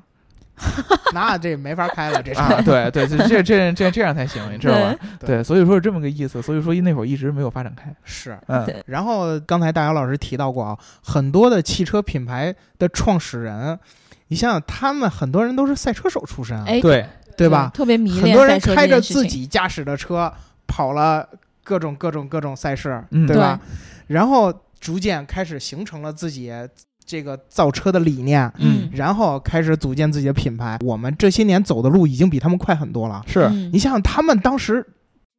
Speaker 3: 那这没法开了，这 车。
Speaker 2: 啊，对对，这这这这这样才行，你知道吧？
Speaker 3: 对
Speaker 2: 对，所以说是这么个意思，所以说那会儿一直没有发展开，
Speaker 3: 是。
Speaker 2: 嗯
Speaker 1: 对
Speaker 3: 然后刚才大姚老师提到过啊，很多的汽车品牌的创始人，你想想，他们很多人都是赛车手出身啊，
Speaker 1: 哎
Speaker 2: 嗯对
Speaker 3: 对吧？
Speaker 1: 特别迷恋
Speaker 3: 很多
Speaker 1: 赛
Speaker 3: 人
Speaker 1: 车
Speaker 3: 开
Speaker 1: 这
Speaker 3: 着
Speaker 1: 件事
Speaker 3: 自
Speaker 1: 情
Speaker 3: 己驾驶的车跑了各种各种各种赛事，
Speaker 2: 嗯
Speaker 3: 对吧？然后逐渐开始形成了自己这个造车的理念，
Speaker 1: 嗯
Speaker 3: 然后开始组建自己的品牌。我们这些年走的路已经比他们快很多了。
Speaker 2: 是
Speaker 1: 嗯
Speaker 3: 你想想，他们当时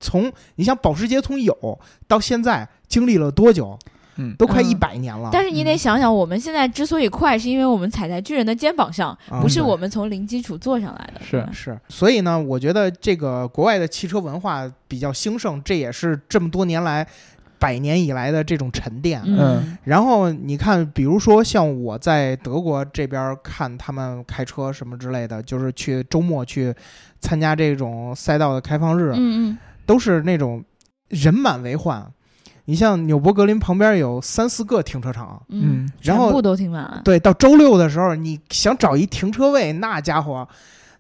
Speaker 3: 从你像保时捷从有到现在经历了多久？
Speaker 2: 嗯
Speaker 3: 都快
Speaker 1: 嗯
Speaker 3: 一百年了。
Speaker 1: 但是你得
Speaker 2: 嗯
Speaker 1: 想想，我们现在之所以快，是因为我们踩在巨人的肩膀上，
Speaker 3: 啊
Speaker 1: 不是
Speaker 3: 对
Speaker 1: 我们从零基础做上来的。
Speaker 2: 是
Speaker 1: 对吧
Speaker 3: 是，所以呢，我觉得这个国外的汽车文化比较兴盛，这也是这么多年来百年以来的这种沉淀。
Speaker 1: 嗯
Speaker 3: 然后你看，比如说像我在德国这边看他们开车什么之类的，就是去周末去参加这种赛道的开放日，
Speaker 1: 嗯
Speaker 3: 都是那种人满为患。你像纽博格林旁边有三四个停车场，
Speaker 1: 嗯嗯，全
Speaker 3: 然后
Speaker 1: 部都挺满。啊
Speaker 3: 对，到周六的时候，你想找一停车位，那家伙，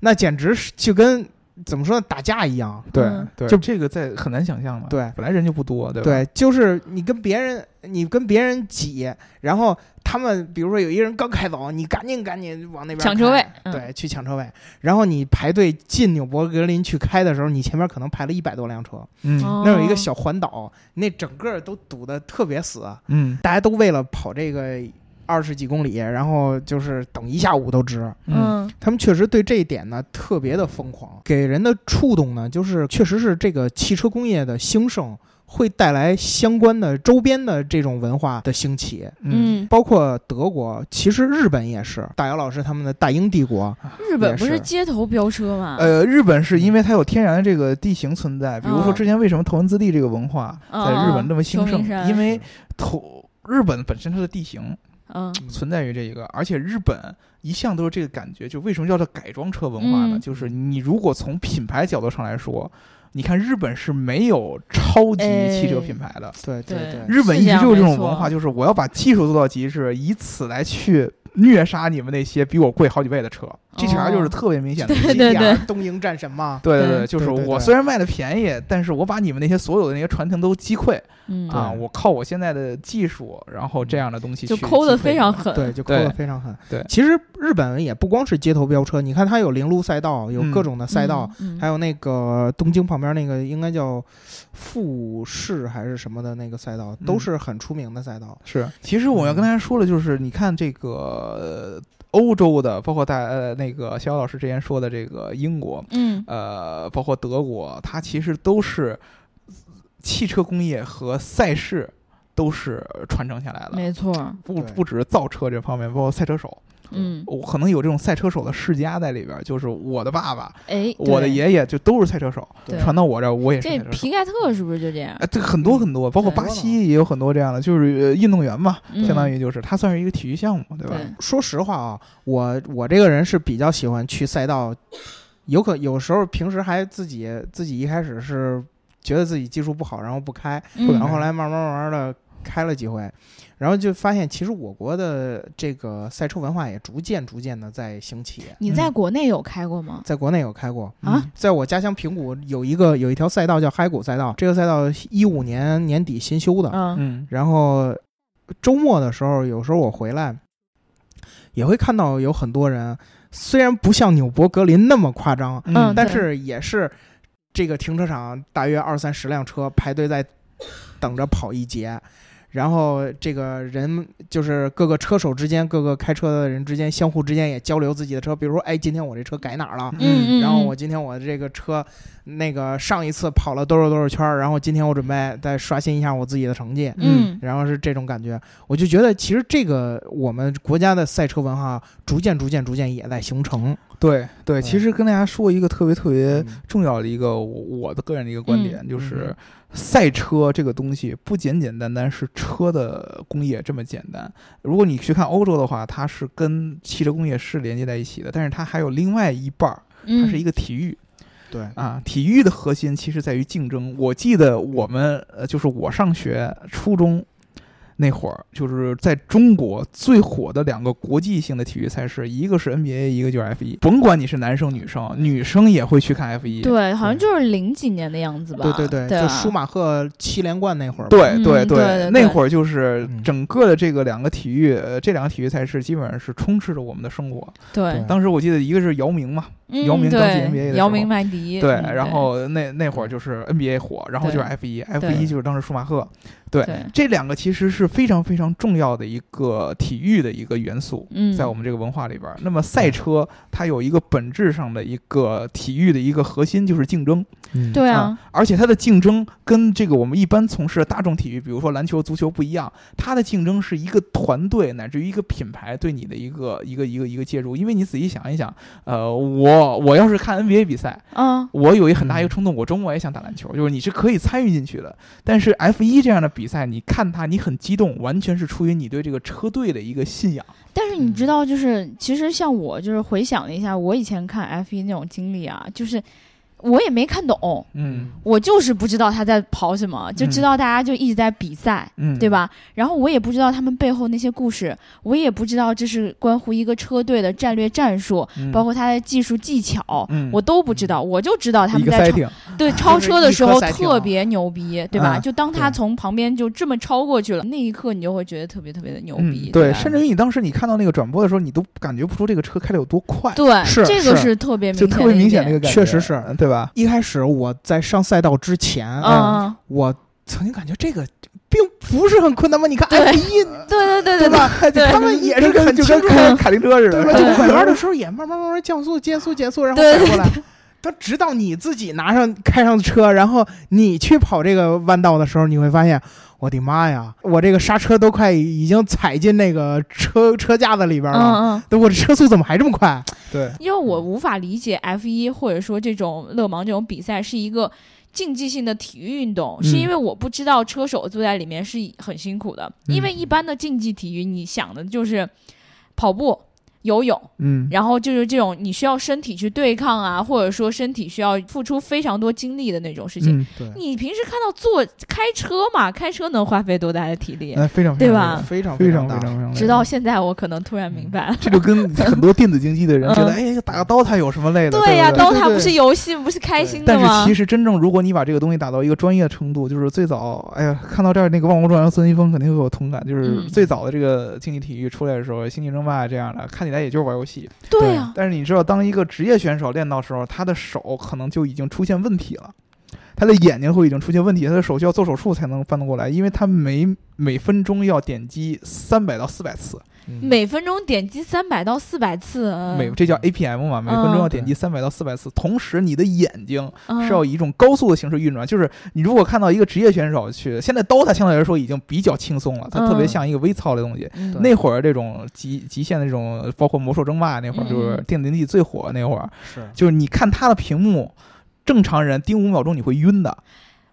Speaker 3: 那简直是就跟怎么说打架一样。
Speaker 2: 对
Speaker 1: 嗯
Speaker 2: 对，
Speaker 3: 就
Speaker 2: 这个在很难想象嘛，
Speaker 3: 对
Speaker 2: 本来人就不多，对吧？
Speaker 3: 对，就是你跟别人，你跟别人挤，然后他们比如说有一人刚开走，你赶紧赶紧往那边
Speaker 1: 抢车位
Speaker 3: 开
Speaker 1: 嗯
Speaker 3: 对，去抢车位。然后你排队进纽博格林去开的时候，你前面可能排了一百多辆车，
Speaker 2: 嗯
Speaker 1: 哦
Speaker 3: 那有一个小环岛，那整个都堵得特别死，
Speaker 2: 嗯
Speaker 3: 大家都为了跑这个二十几公里，然后就是等一下午都值。
Speaker 2: 嗯，
Speaker 1: 嗯
Speaker 3: 他们确实对这一点呢特别的疯狂，给人的触动呢，就是确实是这个汽车工业的兴盛会带来相关的周边的这种文化的兴起，
Speaker 2: 嗯，
Speaker 3: 包括德国，其实日本也是。大姚老师他们的大英帝国，
Speaker 1: 日本不
Speaker 3: 也
Speaker 1: 是
Speaker 3: 是
Speaker 1: 街头飙车吗？
Speaker 2: 呃，日本是因为它有天然的这个地形存在，比如说
Speaker 1: 嗯
Speaker 2: 之前为什么头文字 D 这个文化在日本这么
Speaker 1: 嗯
Speaker 2: 兴
Speaker 1: 嗯
Speaker 2: 盛
Speaker 1: 秋名，山
Speaker 2: 因为头日本本身它的地形
Speaker 1: 嗯
Speaker 2: 存在于这一个，而且日本一向都是这个感觉，就为什么叫做改装车文化呢？
Speaker 1: 嗯
Speaker 2: 就是你如果从品牌角度上来说，你看日本是没有超级
Speaker 1: 哎
Speaker 2: 汽车品牌的，
Speaker 3: 对
Speaker 1: 对
Speaker 3: 对，
Speaker 2: 日本一
Speaker 1: 是这
Speaker 2: 直
Speaker 1: 样
Speaker 2: 就有这种
Speaker 1: 没错
Speaker 2: 文化，就是我要把技术做到极致，以此来去虐杀你们那些比我贵好几倍的车。
Speaker 1: 嗯
Speaker 2: GTR 就是特别明显 的。
Speaker 1: 对对对
Speaker 3: 东瀛战神嘛，
Speaker 2: 对对
Speaker 1: 对
Speaker 2: 对，就是
Speaker 3: 对对对
Speaker 2: 我虽然卖的便宜，但是我把你们那些所有的那些传承都击溃
Speaker 1: 嗯，
Speaker 2: 啊！
Speaker 3: 对
Speaker 2: 我靠我现在的技术，然后这样的东西
Speaker 1: 就
Speaker 2: 去
Speaker 1: 抠的
Speaker 2: 击溃
Speaker 1: 非
Speaker 2: 你
Speaker 1: 常
Speaker 2: 们
Speaker 1: 狠，
Speaker 3: 对，就抠的
Speaker 2: 对
Speaker 3: 非常狠。
Speaker 2: 对
Speaker 3: 其实日本也不光是街头飙车，你看它有零路赛道，有
Speaker 2: 嗯
Speaker 3: 各种的赛道，
Speaker 1: 嗯，嗯
Speaker 3: 还有那个东京旁边那个应该叫富士还是什么的那个赛道，
Speaker 2: 嗯
Speaker 3: 都是很出名的赛道。
Speaker 1: 嗯
Speaker 2: 是，其实我要跟大家说了，就是你看这个呃欧洲的，包括大呃那个肖老师之前说的这个英国，
Speaker 1: 嗯，
Speaker 2: 呃，包括德国，它其实都是汽车工业和赛事都是传承下来的。
Speaker 1: 嗯没错儿，
Speaker 2: 不
Speaker 3: 对
Speaker 2: 不只是造车这方面，包括赛车手，
Speaker 1: 嗯，
Speaker 2: 我可能有这种赛车手的世家在里边儿，就是我的爸爸、
Speaker 1: 哎，
Speaker 2: 我的
Speaker 1: 对，
Speaker 2: 爷爷就都是赛车手，
Speaker 1: 对
Speaker 2: 传到我这儿我也是
Speaker 1: 这
Speaker 2: 赛车手。
Speaker 1: 皮盖特是不是就这样？
Speaker 2: 哎，这个很多很多，包括
Speaker 1: 嗯
Speaker 2: 巴西也有很多这样的，就是呃运动员嘛，
Speaker 1: 嗯
Speaker 2: 相当于就是它算是一个体育项目，对吧？
Speaker 1: 对，
Speaker 3: 说实话啊，我我这个人是比较喜欢去赛道，有可有时候平时还自己自己一开始是觉得自己技术不好，然后不开，
Speaker 1: 嗯
Speaker 3: 然后后来慢慢慢慢的开了几回，然后就发现其实我国的这个赛车文化也逐渐逐渐的在兴起。
Speaker 1: 你在国内有开过吗？
Speaker 3: 在国内有开过
Speaker 1: 啊
Speaker 3: 嗯在我家乡平谷有一个有一条赛道叫嗨谷赛道，这个赛道一五年年底新修的，
Speaker 1: 嗯
Speaker 2: 嗯
Speaker 3: 然后周末的时候，有时候我回来也会看到有很多人，虽然不像纽博格林那么夸张，
Speaker 1: 嗯
Speaker 3: 但
Speaker 1: 对
Speaker 3: 是也是这个停车场大约二三十辆车排队在等着跑一节，然后这个人就是各个车手之间、各个开车的人之间相互之间也交流自己的车，比如说，哎，今天我这车改哪儿了？
Speaker 1: 嗯嗯，
Speaker 3: 然后
Speaker 1: 嗯
Speaker 3: 我今天我这个车，那个上一次跑了多少多少圈儿，然后今天我准备再刷新一下我自己的成绩，
Speaker 1: 嗯
Speaker 3: 然后是这种感觉，我就觉得其实这个我们国家的赛车文化逐渐逐渐逐渐也在形成。
Speaker 2: 对对，
Speaker 3: 嗯
Speaker 2: 其实跟大家说一个特别特别
Speaker 3: 嗯
Speaker 2: 重要的一个我我的个人的一个观
Speaker 1: 嗯
Speaker 2: 点，就
Speaker 3: 嗯
Speaker 2: 是赛车这个东西不简简单单是车的工业这么简单。如果你去看欧洲的话，它是跟汽车工业是连接在一起的，但是它还有另外一半儿，它
Speaker 1: 嗯
Speaker 2: 是一个体育。
Speaker 3: 对，
Speaker 2: 啊，体育的核心其实在于竞争。我记得我们呃，就是我上学初中那会儿，就是在中国最火的两个国际性的体育赛事，一个是 NBA，一个就是 F 一。甭管你是男生女生，女生也会去看 F 一。
Speaker 1: 对，好像就是零几年的样子吧。啊
Speaker 3: 对对对，就
Speaker 1: 吧
Speaker 3: 舒马赫七连冠那会儿吧，
Speaker 2: 对
Speaker 1: 嗯
Speaker 2: 对，
Speaker 1: 对对
Speaker 2: 那
Speaker 1: 对
Speaker 2: 会儿就是
Speaker 3: 嗯
Speaker 2: 整个的这个两个体育，呃，这两个体育赛事基本上是充斥着我们的生活。
Speaker 1: 对，
Speaker 2: 当时我记得一个是姚明嘛，
Speaker 1: 嗯
Speaker 2: 姚明
Speaker 1: 对
Speaker 2: 当时 NBA 的
Speaker 1: 姚
Speaker 2: 时候
Speaker 1: 明麦迪，
Speaker 2: 对，
Speaker 1: 嗯
Speaker 2: 然后那那会儿就是 NBA 火，然后就是
Speaker 1: 对
Speaker 2: F 一
Speaker 1: 对
Speaker 2: ，F 一就是当时舒马赫，对
Speaker 1: 对，
Speaker 2: 这两个其实是非常非常重要的一个体育的一个元素，
Speaker 1: 嗯，
Speaker 2: 在我们这个文化里边儿。那么赛车它有一个本质上的一个体育的一个核心就是竞争，
Speaker 3: 嗯，
Speaker 1: 对啊
Speaker 2: 啊，而且它的竞争跟这个我们一般从事的大众体育，比如说篮球、足球不一样，它的竞争是一个团队乃至于一个品牌对你的一个一个一个一个介入。因为你仔细想一想，呃，我我要是看 NBA 比赛。
Speaker 1: 啊，
Speaker 2: 我有一很大一个冲动，我周末也想打篮球，就是你是可以参与进去的。但是 F 一这样的比赛，你看它，你很激动，完全是出于你对这个车队的一个信仰。
Speaker 1: 但是你
Speaker 2: 嗯
Speaker 1: 知道，就是其实像我，就是回想了一下我以前看 F 一那种经历啊，就是我也没看懂，
Speaker 2: 嗯
Speaker 1: 我就是不知道他在跑什么，就知
Speaker 2: 嗯
Speaker 1: 道大家就一直在比赛，
Speaker 2: 嗯，
Speaker 1: 对？吧？然后我也不知道他们背后那些故事，我也不知道这是关乎一个车队的战略战术，
Speaker 2: 嗯、
Speaker 1: 包括他的技术技巧，
Speaker 2: 嗯
Speaker 1: 我都不知道，我就知道他
Speaker 2: 一
Speaker 1: 们
Speaker 2: 个
Speaker 1: 在
Speaker 2: 赛
Speaker 1: 超
Speaker 2: 艇，
Speaker 1: 对超车的时
Speaker 3: 一
Speaker 1: 候
Speaker 3: 颗赛艇啊
Speaker 1: 特别牛逼，对吧？
Speaker 2: 嗯
Speaker 1: 就当他
Speaker 3: 对
Speaker 1: 从旁边就这么超过去了，那一刻你就会觉得特别特别的牛逼，
Speaker 2: 嗯，对，
Speaker 1: 吧
Speaker 2: 甚至于你当时你看到那个转播的时候，你都感觉不出这个车开的有多快，
Speaker 1: 对，
Speaker 3: 是
Speaker 1: 这个
Speaker 3: 是
Speaker 1: 是特别
Speaker 2: 就
Speaker 1: 明
Speaker 2: 特别明显
Speaker 1: 的
Speaker 2: 的
Speaker 1: 一点
Speaker 2: 一个感觉，
Speaker 3: 确实是
Speaker 2: 嗯对吧？
Speaker 3: 一开始我在上赛道之前，
Speaker 1: 嗯，嗯
Speaker 3: 我曾经感觉这个并不是很困难嘛，你看
Speaker 1: 对
Speaker 3: F 一
Speaker 2: 嗯
Speaker 1: 对对对对
Speaker 3: 对吧？
Speaker 1: 对
Speaker 3: 他们也是
Speaker 2: 跟
Speaker 3: 很
Speaker 2: 就
Speaker 3: 清
Speaker 2: 跟
Speaker 3: 楚
Speaker 2: 开
Speaker 1: 嗯
Speaker 2: 卡丁车似的，
Speaker 3: 对吧？
Speaker 1: 对
Speaker 3: 就拐弯的时候也慢慢慢慢降速、减速、减速，然后
Speaker 1: 对
Speaker 3: 拐过来。他直到你自己拿上开上车，然后你去跑这个弯道的时候，你会发现，我的妈呀，我这个刹车都快已经踩进那个车车架子里边了。
Speaker 1: 嗯嗯。
Speaker 3: 对我的车速怎么还这么快？
Speaker 2: 对，
Speaker 1: 因为我无法理解 F 一或者说这种勒芒这种比赛是一个竞技性的体育运动，
Speaker 2: 嗯
Speaker 1: 是因为我不知道车手坐在里面是很辛苦的，
Speaker 2: 嗯
Speaker 1: 因为一般的竞技体育你想的就是跑步。游泳，
Speaker 2: 嗯，
Speaker 1: 然后就是这种你需要身体去对抗啊，或者说身体需要付出非常多精力的那种事情。
Speaker 2: 嗯，
Speaker 3: 对，
Speaker 1: 你平时看到坐开车嘛，开车能花费多大的体力？
Speaker 2: 那非常
Speaker 1: 对吧
Speaker 3: 非常
Speaker 2: 非
Speaker 3: 常
Speaker 2: 常非常非
Speaker 3: 大
Speaker 2: 常。非常
Speaker 1: 直到现在，我可能突然明白了。
Speaker 2: 这就跟很多电子竞技的人觉得，
Speaker 1: 嗯
Speaker 2: 哎，打个 DOTA 有什么累的？对
Speaker 1: 呀，
Speaker 2: 不
Speaker 1: 刀
Speaker 3: 对
Speaker 1: 塔
Speaker 3: 对
Speaker 1: 不是游戏，不是开心的
Speaker 2: 但是
Speaker 1: 吗
Speaker 2: 其？实真正，如果你把这个东西打到一个专业程度，就是最早，哎呀，看到这儿那个《万国壮阳》孙一峰肯定会有同感，就是
Speaker 1: 嗯
Speaker 2: 最早的这个竞技体育出来的时候，星际争霸这样的，看起来也就是玩游戏。
Speaker 1: 对呀，
Speaker 2: 但是你知道，当一个职业选手练到时候，他的手可能就已经出现问题了，他的眼睛会已经出现问题，他的手需要做手术才能翻得过来，因为他每每分钟要点击三百到四百次，
Speaker 3: 嗯
Speaker 1: 每分钟点击三百到四百次，嗯
Speaker 2: 每这叫 APM 嘛，每分钟要点击三百到四百次，同时你的眼睛
Speaker 1: 嗯
Speaker 2: 是要以一种高速的形式运转。就是你如果看到一个职业选手去，现在 DOTA 相对来说已经比较轻松了，它特别
Speaker 1: 嗯
Speaker 2: 像一个微操的东西。
Speaker 1: 嗯
Speaker 2: 那会儿这种极极限的这种，包括魔兽争霸那会儿，就
Speaker 1: 嗯
Speaker 2: 是
Speaker 1: 嗯
Speaker 2: 电子竞技最火那会儿，
Speaker 3: 是
Speaker 2: 就是你看他的屏幕，正常人盯五秒钟你会晕的。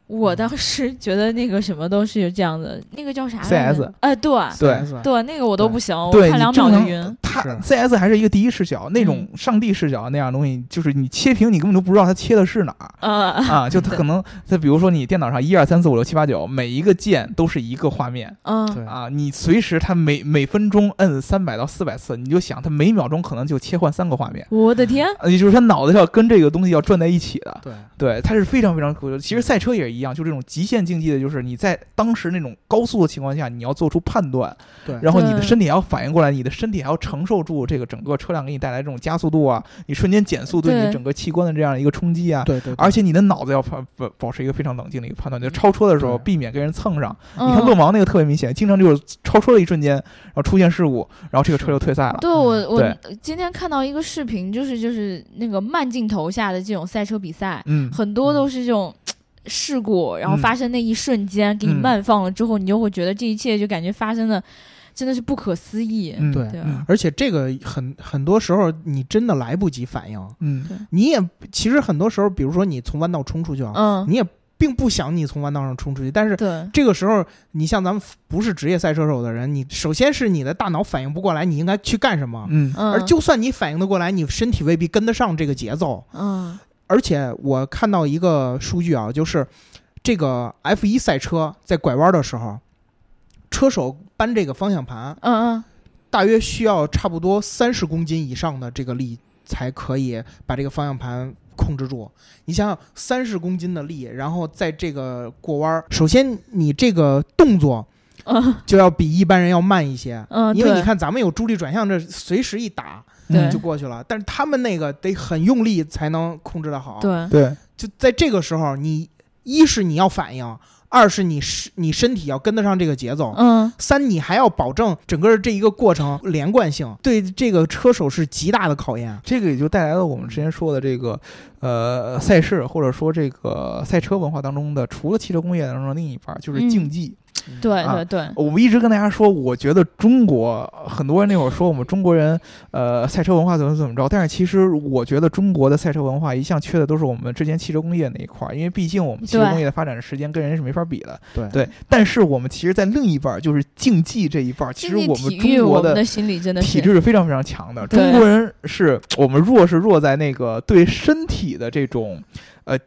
Speaker 1: 我当时觉得那个什么都是这样的，那个叫啥
Speaker 2: CS
Speaker 1: 哎，对
Speaker 2: 对
Speaker 3: CS
Speaker 1: 对，那个我都不行，我
Speaker 2: 对
Speaker 1: 看
Speaker 2: 你
Speaker 1: 两
Speaker 2: 正
Speaker 1: 秒就
Speaker 2: 常
Speaker 1: 晕。
Speaker 2: 他
Speaker 3: 是嗯
Speaker 2: CS 还是一个第一视角，那种上帝视角那样的东西，就是你切屏你根本就不知道它切的是哪 儿。
Speaker 1: 呃，
Speaker 2: 啊，就它可能它比如说你电脑上一二三四五六七八九，每一个键都是一个画面
Speaker 1: 嗯，
Speaker 3: 对
Speaker 2: 啊，你随时它每每分钟摁三百到四百次，你就想它每秒钟可能就切换三个画面。
Speaker 1: 我的天，
Speaker 2: 呃也就是它脑子要跟这个东西要转在一起的，
Speaker 3: 对
Speaker 2: 对，它是非常非常苛求。其实赛车也是一样，就这种极限竞技的，就是你在当时那种高速的情况下，你要做出判断，
Speaker 3: 对
Speaker 2: 然后你的
Speaker 1: 对
Speaker 2: 身体还要反应过来，你的身体还要承受住这个整个车辆给你带来这种加速度啊，你瞬间减速对
Speaker 1: 对
Speaker 2: 你整个器官的这样一个冲击啊，
Speaker 3: 对对，
Speaker 2: 而
Speaker 3: 且
Speaker 2: 且你的脑子要判保保持一个非常冷静的一个判断，就超车的时候
Speaker 3: 对
Speaker 2: 避免跟人蹭上。
Speaker 1: 嗯
Speaker 2: 你看勒芒那个特别明显，经常就是超车的一瞬间，然后出现事故，然后这个车就退赛了。
Speaker 1: 对我，我
Speaker 2: 嗯对
Speaker 1: 今天看到一个视频，就是就是那个慢镜头下的这种赛车比赛，
Speaker 2: 嗯，
Speaker 1: 很多都是这种嘖事故，然后
Speaker 2: 嗯
Speaker 1: 发生那一瞬间，给你
Speaker 2: 嗯
Speaker 1: 慢放了之后，你就会觉得这一切就感觉发生的真的是不可思议。
Speaker 2: 嗯
Speaker 3: 对
Speaker 1: 对啊
Speaker 2: 嗯
Speaker 3: 而且这个很很多时候你真的来不及反应，
Speaker 2: 嗯
Speaker 3: 你也其实很多时候，比如说你从弯道冲出去啊，
Speaker 1: 嗯，
Speaker 3: 你也并不想你从弯道上冲出去，但是
Speaker 1: 对，
Speaker 3: 这个时候，你像咱们不是职业赛车手的人，你首先是你的大脑反应不过来，你应该去干什么。
Speaker 2: 嗯
Speaker 1: 嗯，
Speaker 3: 而就算你反应得过来，你身体未必跟得上这个节奏。
Speaker 1: 嗯
Speaker 3: 而且我看到一个数据啊，就是这个 F 一赛车在拐弯的时候，车手扳这个方向盘，
Speaker 1: 嗯
Speaker 3: 大约需要差不多三十公斤以上的这个力才可以把这个方向盘控制住。你想想，三十公斤的力，然后在这个过弯儿，首先你这个动作
Speaker 1: 嗯
Speaker 3: 就要比一般人要慢一些，
Speaker 1: 嗯，
Speaker 3: 因为
Speaker 1: 对
Speaker 3: 你看咱们有助力转向，这随时一打
Speaker 2: 嗯
Speaker 1: 对
Speaker 3: 就过去了，但是他们那个得很用力才能控制得好。，
Speaker 1: 对，
Speaker 2: 对
Speaker 3: 就在这个时候，你一是你要反应，二是你是你身体要跟得上这个节奏，
Speaker 1: 嗯
Speaker 3: 三，你还要保证整个这一个过程连贯性，对这个车手是极大的考验。
Speaker 2: 这个也就带来了我们之前说的这个，呃，赛事或者说这个赛车文化当中的，除了汽车工业当中的另一半儿就是
Speaker 1: 嗯
Speaker 2: 竞技。
Speaker 1: 对
Speaker 2: 啊
Speaker 1: 对对，
Speaker 2: 我们一直跟大家说，我觉得中国很多人那会儿说我们中国人，呃，赛车文化怎么怎么着，但是其实我觉得中国的赛车文化一向缺的都是我们之前汽车工业那一块儿，因为毕竟我们汽车
Speaker 1: 对
Speaker 2: 工业的发展时间跟人家是没法比的，
Speaker 3: 对
Speaker 2: 对。但是我们其实，在另一半儿就是竞技这一半儿，其实
Speaker 1: 竞技
Speaker 2: 我
Speaker 1: 体
Speaker 2: 们
Speaker 1: 育
Speaker 2: 中国
Speaker 1: 我们
Speaker 2: 的
Speaker 1: 的心理真的
Speaker 2: 体
Speaker 1: 是
Speaker 2: 质是非常非常强的。
Speaker 1: 对
Speaker 2: 中国人是我们弱是弱在那个对身体的这种，呃，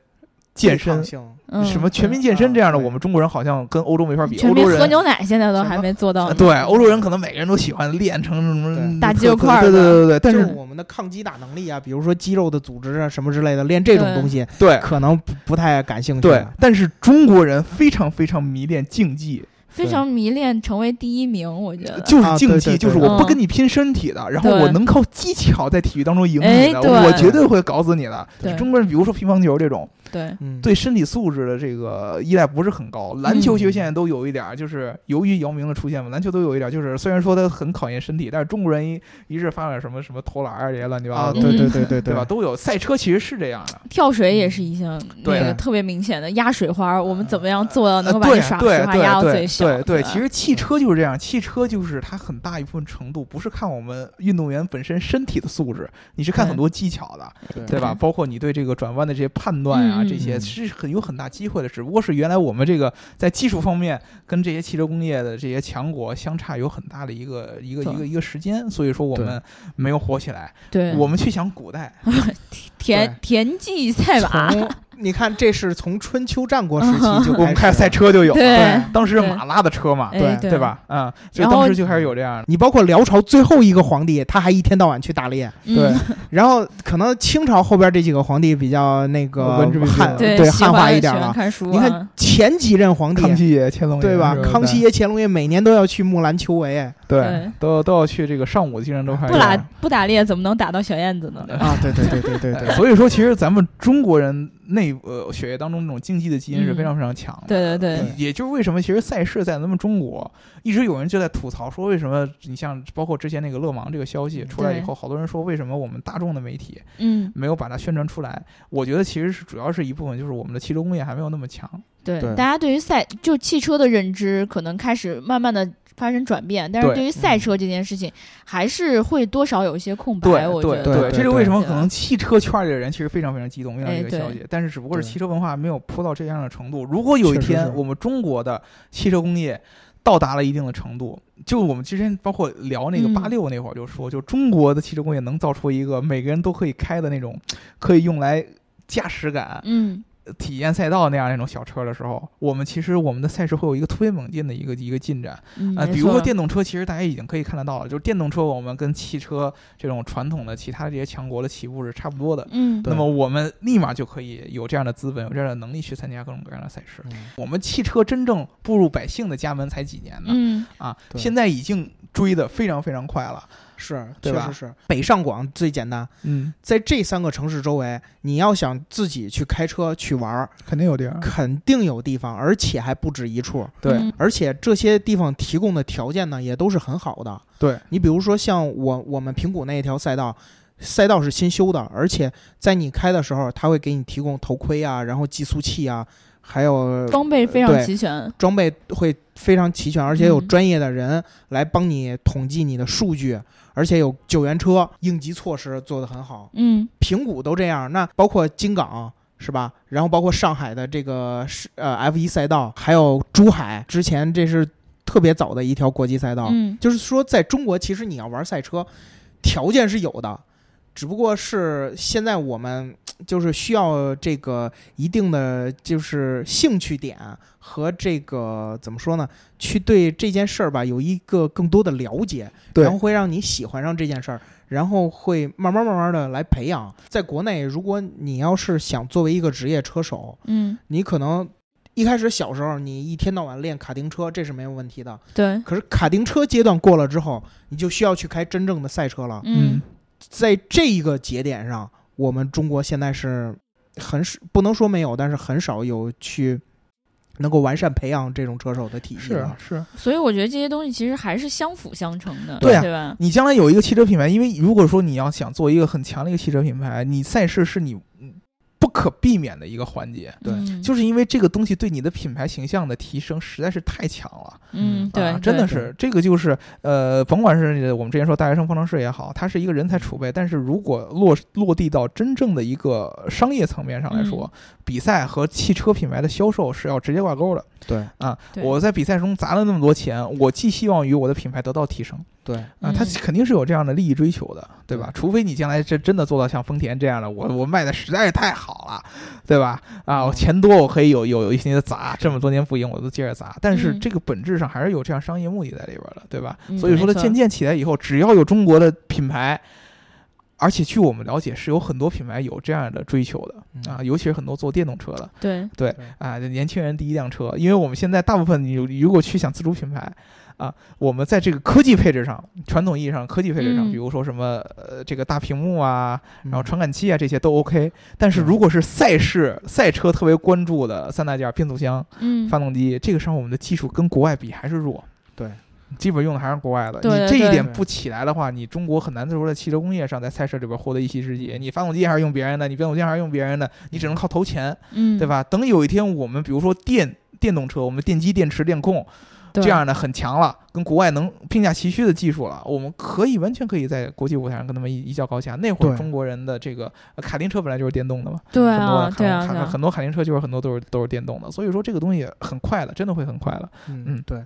Speaker 2: 健身。
Speaker 3: 性，
Speaker 1: 嗯
Speaker 2: 什么全民健身这样的，
Speaker 3: 对
Speaker 2: 我们中国人好像跟欧洲没法比。
Speaker 1: 全
Speaker 2: 欧
Speaker 1: 民
Speaker 2: 洲
Speaker 1: 喝
Speaker 2: 人
Speaker 1: 牛奶现在都还没做到
Speaker 2: 啊，
Speaker 1: 呢，
Speaker 2: 对，欧洲人可能每个人都喜欢练成什么
Speaker 3: 对
Speaker 1: 嗯大肌肉块儿
Speaker 2: 对对
Speaker 1: 的
Speaker 2: 对对对，但
Speaker 3: 就是
Speaker 2: 是
Speaker 3: 我们的抗击打能力啊，比如说肌肉的组织啊什么之类的，练这种
Speaker 1: 对
Speaker 3: 东西
Speaker 2: 对
Speaker 3: 可能不不太感兴趣。
Speaker 2: 对，但是中国人非常非常迷恋竞技，
Speaker 1: 非常迷恋成为第一名，我觉得。
Speaker 2: 就是竞
Speaker 3: 啊对对
Speaker 2: 技，
Speaker 3: 对
Speaker 2: 就是我不
Speaker 1: 呃嗯
Speaker 2: 跟你拼身体的，然后
Speaker 1: 对
Speaker 2: 我能靠技巧在体育当中赢
Speaker 1: 哎
Speaker 2: 你的，
Speaker 1: 对
Speaker 2: 我绝对会搞死你的
Speaker 1: 对。
Speaker 2: 中国人比如说乒乓球这种，
Speaker 1: 对，
Speaker 3: 嗯，
Speaker 2: 对身体素质的这个依赖不是很
Speaker 1: 嗯
Speaker 2: 高。篮球其实现在都有一点儿，就是由于姚明的出现嘛，篮球都有一点儿，就是虽然说他很考验身体，但是中国人一一致发展什么什么投篮啊这些乱七八
Speaker 3: 啊，
Speaker 2: 糟的
Speaker 3: 对
Speaker 2: 东西，
Speaker 1: 嗯
Speaker 3: 对对对
Speaker 2: 对吧？？都有。赛车其实是这样的。
Speaker 1: 跳水也是一项那
Speaker 2: 嗯对
Speaker 1: 个特别明显的压水花儿，我们怎么样做到能够
Speaker 2: 呃
Speaker 1: 把
Speaker 2: 对
Speaker 1: 这耍
Speaker 2: 对
Speaker 1: 水花
Speaker 2: 对
Speaker 1: 压到
Speaker 2: 对
Speaker 1: 最
Speaker 2: 对
Speaker 1: 小。嗯
Speaker 2: 对
Speaker 1: 对吧，
Speaker 2: 其实汽车就是这样，汽车就是它很大一部分程度不是看我们运动员本身身体的素质，你是看
Speaker 1: 对
Speaker 2: 很多技巧的，
Speaker 3: 对
Speaker 2: 对吧？包括你对这个转弯的这些判断啊，
Speaker 1: 嗯
Speaker 2: 这些
Speaker 3: 嗯
Speaker 2: 是很有很大机会的。只不过是原来我们这个在技术方面跟这些汽车工业的这些强国相差有很大的一个一个
Speaker 1: 对
Speaker 2: 一个一个时间，所以说我
Speaker 3: 对
Speaker 2: 们没有火起来。
Speaker 1: 对，
Speaker 2: 我们去想 古代，
Speaker 1: 田
Speaker 3: 对
Speaker 1: 田忌赛
Speaker 2: 啊
Speaker 1: 马，
Speaker 3: 从你看，这是从春秋战国时
Speaker 1: 嗯
Speaker 3: 期就
Speaker 2: 我们开
Speaker 3: 始
Speaker 2: 赛车就有，
Speaker 1: 对
Speaker 3: 对
Speaker 2: 当时是
Speaker 1: 对
Speaker 2: 马拉的车嘛，
Speaker 1: 哎
Speaker 2: 对吧？嗯，所以
Speaker 1: 然后
Speaker 2: 当时就开始有这样的。
Speaker 3: 你包括辽朝最后一个皇帝，他还一天到晚去打猎。
Speaker 1: 嗯
Speaker 2: 对，
Speaker 3: 然后可能清朝后边这几个皇帝比较那个
Speaker 2: 文质彬彬
Speaker 3: 汉
Speaker 1: 对
Speaker 3: 对
Speaker 1: 喜
Speaker 3: 汉化
Speaker 1: 欢
Speaker 3: 一点
Speaker 1: 喜欢
Speaker 3: 了。
Speaker 1: 看书啊，
Speaker 3: 你看前几任皇
Speaker 2: 康
Speaker 3: 帝，
Speaker 2: 熙爷、乾隆爷，
Speaker 3: 对吧
Speaker 2: 是？
Speaker 3: 康熙爷、乾隆爷每年都要去木兰求维哎
Speaker 2: 对
Speaker 1: 对，
Speaker 2: 都都要去这个上午的精神都还
Speaker 1: 不打不打猎怎么能打到小燕子呢？对吧
Speaker 3: 啊，对对对对对对
Speaker 2: 所以说，其实咱们中国人内呃血液当中那种竞技的基因是
Speaker 1: 嗯
Speaker 2: 非常非常强的。
Speaker 1: 对对对
Speaker 3: 对
Speaker 2: 也就是为什么，其实赛事在咱们中国一直有人就在吐槽说，为什么你像包括之前那个勒芒这个消息出来以后，好多人说为什么我们大众的媒体
Speaker 1: 嗯，
Speaker 2: 没有把它宣传出来？我觉得其实是主要是一部分就是我们的汽车工业还没有那么强。
Speaker 1: 对，
Speaker 3: 对
Speaker 1: 大家对于赛就汽车的认知可能开始慢慢的发生转变，但是
Speaker 2: 对
Speaker 1: 对于赛车这件事情，还是会多少有一些空
Speaker 2: 对
Speaker 1: 白。我觉
Speaker 2: 对
Speaker 1: 得，
Speaker 3: 对
Speaker 2: 这是为什么
Speaker 1: 对
Speaker 2: 可能汽车圈里的人其实非常非常激动，遇到
Speaker 1: 哎
Speaker 2: 这个消
Speaker 1: 对
Speaker 2: 息，但是只不过是
Speaker 3: 对
Speaker 2: 汽车文化没有铺到这样的程度。如果有一
Speaker 3: 确实
Speaker 2: 天
Speaker 3: 是
Speaker 2: 我们中国的汽车工业到达了一定的程度，就我们之前包括聊那个
Speaker 1: 嗯
Speaker 2: 八六那会儿就说，就中国的汽车工业能造出一个每个人都可以开的那种，可以用来驾驶感、
Speaker 1: 嗯，
Speaker 2: 体验赛道那样一种小车的时候，我们其实我们的赛事会有一个突飞猛进的一个一个进展。
Speaker 1: 嗯
Speaker 2: 啊，
Speaker 1: 没
Speaker 2: 比如说
Speaker 1: 错
Speaker 2: 电动车，其实大家已经可以看得到了，就是电动车我们跟汽车这种传统的其他的这些强国的起步是差不多的。
Speaker 1: 嗯，
Speaker 3: 对
Speaker 2: 那么我们立马就可以有这样的资本，有这样的能力去参加各种各样的赛事。
Speaker 3: 嗯
Speaker 2: 我们汽车真正步入百姓的家门才几年呢？
Speaker 1: 嗯，
Speaker 2: 啊，
Speaker 3: 对
Speaker 2: 现在已经追得非常非常快了。
Speaker 3: 是，
Speaker 2: 对
Speaker 3: 确
Speaker 2: 吧
Speaker 3: 实是。北上广最简单，
Speaker 2: 嗯，
Speaker 3: 在这三个城市周围，你要想自己去开车去玩儿，
Speaker 2: 肯定有这样。
Speaker 3: 肯定有地方，而且还不止一处。
Speaker 2: 对
Speaker 1: 嗯
Speaker 3: 而且这些地方提供的条件呢，也都是很好的。
Speaker 2: 对
Speaker 3: 你比如说像我我们平谷那一条赛道，赛道是新修的，而且在你开的时候，它会给你提供头盔啊，然后计速器啊，还有
Speaker 1: 装备非常
Speaker 3: 对
Speaker 1: 齐全。
Speaker 3: 装备会非常齐全，而且有
Speaker 1: 嗯
Speaker 3: 专业的人来帮你统计你的数据，而且有救援车，应急措施做得很好。
Speaker 1: 嗯，
Speaker 3: 平谷都这样，那包括金港是吧？然后包括上海的这个是呃 F 一赛道，还有珠海，之前这是特别早的一条国际赛
Speaker 2: 啊
Speaker 3: 道。
Speaker 1: 嗯，
Speaker 3: 就是说，在中国，其实你要玩赛车，条件是有的，只不过是现在我们嘖就是需要这个一定的就是兴趣点和这个怎么说呢？去对这件事儿吧有一个更多的了解，
Speaker 2: 对
Speaker 3: 然后会让你喜欢上这件事儿，然后会慢慢慢慢的来培养。在国内，如果你要是想作为一个职业车手，
Speaker 1: 嗯，
Speaker 3: 你可能一开始小时候你一天到晚练卡丁车，这是没有问题的。
Speaker 1: 对，
Speaker 2: 啊
Speaker 3: 可是卡丁车阶段过了之后，你就需要去开真正的赛车了。
Speaker 1: 嗯，
Speaker 3: 在这一个节点上，我们中国现在是很少，不能说没有，但是很少有去能够完善培养这种车手的体系
Speaker 2: 是啊
Speaker 3: 了。
Speaker 2: 是。
Speaker 1: 所以我觉得这些东西其实还是相辅相成的，
Speaker 2: 对啊
Speaker 1: 对吧？
Speaker 2: 你将来有一个汽车品牌，因为如果说你要想做一个很强的一个汽车品牌，你赛事是你嗯不可避免的一个环节。
Speaker 3: 对
Speaker 1: 嗯
Speaker 2: 就是因为这个东西对你的品牌形象的提升实在是太强了，
Speaker 1: 嗯，
Speaker 2: 啊
Speaker 1: 对，
Speaker 2: 真的
Speaker 1: 对
Speaker 2: 是这个就是呃，甭管是我们之前说大学生方程式也好，它是一个人才储备，但是如果落落地到真正的一个商业层面上来说，
Speaker 1: 嗯
Speaker 2: 比赛和汽车品牌的销售是要直接挂钩的
Speaker 3: 对
Speaker 2: 啊。
Speaker 1: 对
Speaker 2: 我在比赛中砸了那么多钱，我寄希望于我的品牌得到提升
Speaker 3: 对
Speaker 2: 啊，它
Speaker 1: 嗯
Speaker 2: 肯定是有这样的利益追求的，对吧？
Speaker 3: 对
Speaker 2: 除非你将来这真的做到像丰田这样的，我我卖的实在是太好了，对吧？啊，我
Speaker 3: 嗯
Speaker 2: 钱多，我可以有有有一些砸，这么多年不赢我都接着砸，但是
Speaker 1: 嗯
Speaker 2: 这个本质上还是有这样商业目的在里边的，对吧？
Speaker 1: 嗯
Speaker 2: 所以说
Speaker 1: 没
Speaker 2: 它
Speaker 1: 错
Speaker 2: 渐渐起来以后，只要有中国的品牌。而且据我们了解，是有很多品牌有这样的追求的
Speaker 3: 嗯
Speaker 2: 啊，尤其是很多做电动车的，
Speaker 1: 对，
Speaker 2: 对
Speaker 3: 对
Speaker 2: 啊，年轻人第一辆车，因为我们现在大部分你如果去想自主品牌啊，我们在这个科技配置上，传统意义上科技配置
Speaker 1: 嗯
Speaker 2: 上，比如说什么呃这个大屏幕啊，
Speaker 3: 然
Speaker 2: 然后传感器啊这些都 OK，但是
Speaker 3: 嗯
Speaker 2: 如果是赛事赛车特别关注的三大件儿变速箱、
Speaker 1: 嗯
Speaker 2: 发，动机，这个上我们的技术跟国外比还是弱。
Speaker 3: 对。
Speaker 2: 基本用的还是国外的，
Speaker 1: 对对
Speaker 2: 你这一
Speaker 1: 对
Speaker 2: 点不起来的话，你中国很难在说在汽车工业上在赛事里边获得一席之地。你发动机还是用别人的，你变速箱还是用别人的，你只能靠投钱。
Speaker 1: 嗯，
Speaker 2: 对？吧？等有一天我们比如说电电动车，我们电机、电池、电控，
Speaker 1: 对
Speaker 2: 这样呢很强了，跟国外能并驾齐驱的技术了，我们可以完全可以在国际舞台上跟他们一一较高下。那会儿
Speaker 3: 对
Speaker 2: 中国人的这个呃卡丁车本来就是电动的嘛，
Speaker 1: 对
Speaker 2: 很多
Speaker 1: 啊，
Speaker 2: 卡
Speaker 1: 对啊，
Speaker 2: 卡
Speaker 1: 对啊，
Speaker 2: 很多卡丁车就是很多都是都是电动的，所以说这个东西很快的，真的会很快的。嗯
Speaker 3: 嗯，对，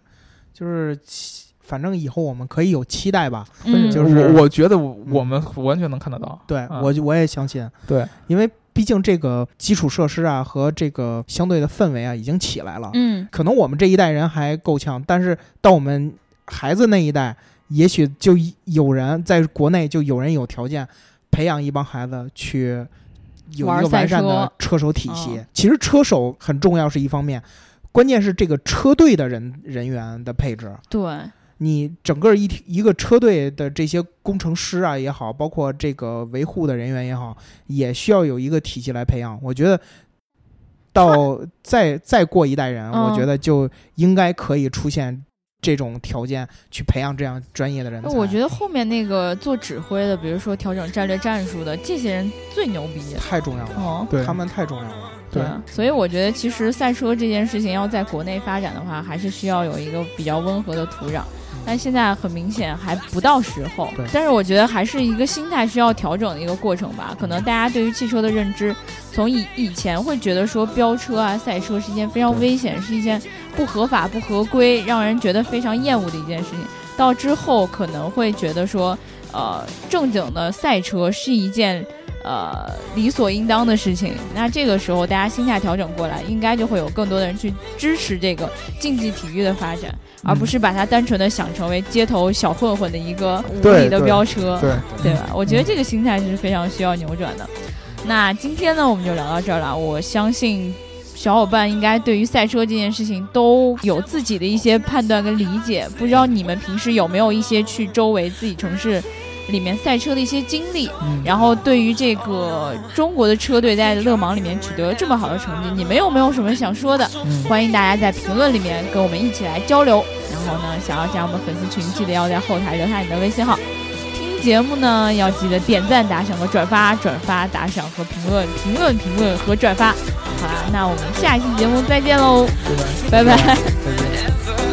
Speaker 3: 就是期反正以后我们可以有期待吧。
Speaker 1: 嗯，
Speaker 3: 就
Speaker 2: 我
Speaker 3: 是
Speaker 2: 我觉得我我们完全能看得到。
Speaker 3: 对，
Speaker 2: 啊
Speaker 3: 我我也相信，
Speaker 2: 对，
Speaker 3: 因为毕竟这个基础设施啊和这个相对的氛围啊已经起来了。
Speaker 1: 嗯，
Speaker 3: 可能我们这一代人还够呛，但是到我们孩子那一代，也许就一有人在国内就有人有条件培养一帮孩子去有一
Speaker 1: 玩
Speaker 3: 个
Speaker 1: 赛
Speaker 3: 完善的
Speaker 1: 车
Speaker 3: 车手体系。
Speaker 1: 嗯
Speaker 3: 其实车手很重要是一方面，关键是这个车队的人人员的配置。
Speaker 1: 对，
Speaker 3: 你整个一一个车队的这些工程师啊也好，包括这个维护的人员也好，也需要有一个体系来培养。我觉得到再再过一代人，
Speaker 1: 嗯
Speaker 3: 我觉得就应该可以出现这种条件去培养这样专业的人才。
Speaker 1: 我觉得
Speaker 3: 得
Speaker 1: 后面那个做指挥的，比如说调整战略战术的，这些人最牛逼。
Speaker 3: 太重要了，
Speaker 1: 哦，
Speaker 2: 对
Speaker 3: 他们太重要了。
Speaker 2: 对
Speaker 1: 啊，所以我觉得其实赛车这件事情要在国内发展的话，还是需要有一个比较温和的土壤。但现在很明显还不到时候
Speaker 3: 对，
Speaker 1: 但是我觉得还是一个心态需要调整的一个过程吧。可能大家对于汽车的认知，从以以前会觉得说飙车啊、赛车是一件非常危险、是一件不合法、不合规，让人觉得非常厌恶的一件事情，到之后可能会觉得说，呃，正经的赛车是一件呃理所应当的事情。那这个时候大家心态调整过来，应该就会有更多的人去支持这个竞技体育的发展，而不
Speaker 2: 嗯
Speaker 1: 是把它单纯的想成为街头小混混的一个无理
Speaker 2: 对
Speaker 1: 的
Speaker 2: 对
Speaker 1: 飙车，
Speaker 2: 对，
Speaker 1: 对吧？我觉得这个心态是非常需要扭转的。那今天呢，我们就聊到这儿了。我相信小伙伴应该对于赛车这件事情都有自己的一些判断跟理解。不知道你们平时有没有一些去周围自己城市里面赛车的一些经历？
Speaker 3: 嗯，
Speaker 1: 然后对于这个中国的车队在勒芒里面取得这么好的成绩，你们有没有什么想说的？
Speaker 2: 嗯
Speaker 1: 欢迎大家在评论里面跟我们一起来交流。然后呢，想要加我们粉丝群，记得要在后台留下你的微信号。听节目呢，要记得点赞、打赏和转发，转发、打赏和评论，评论、评论和转发。好啦，那我们下期节目再见喽，拜拜。
Speaker 3: 再见。
Speaker 4: Never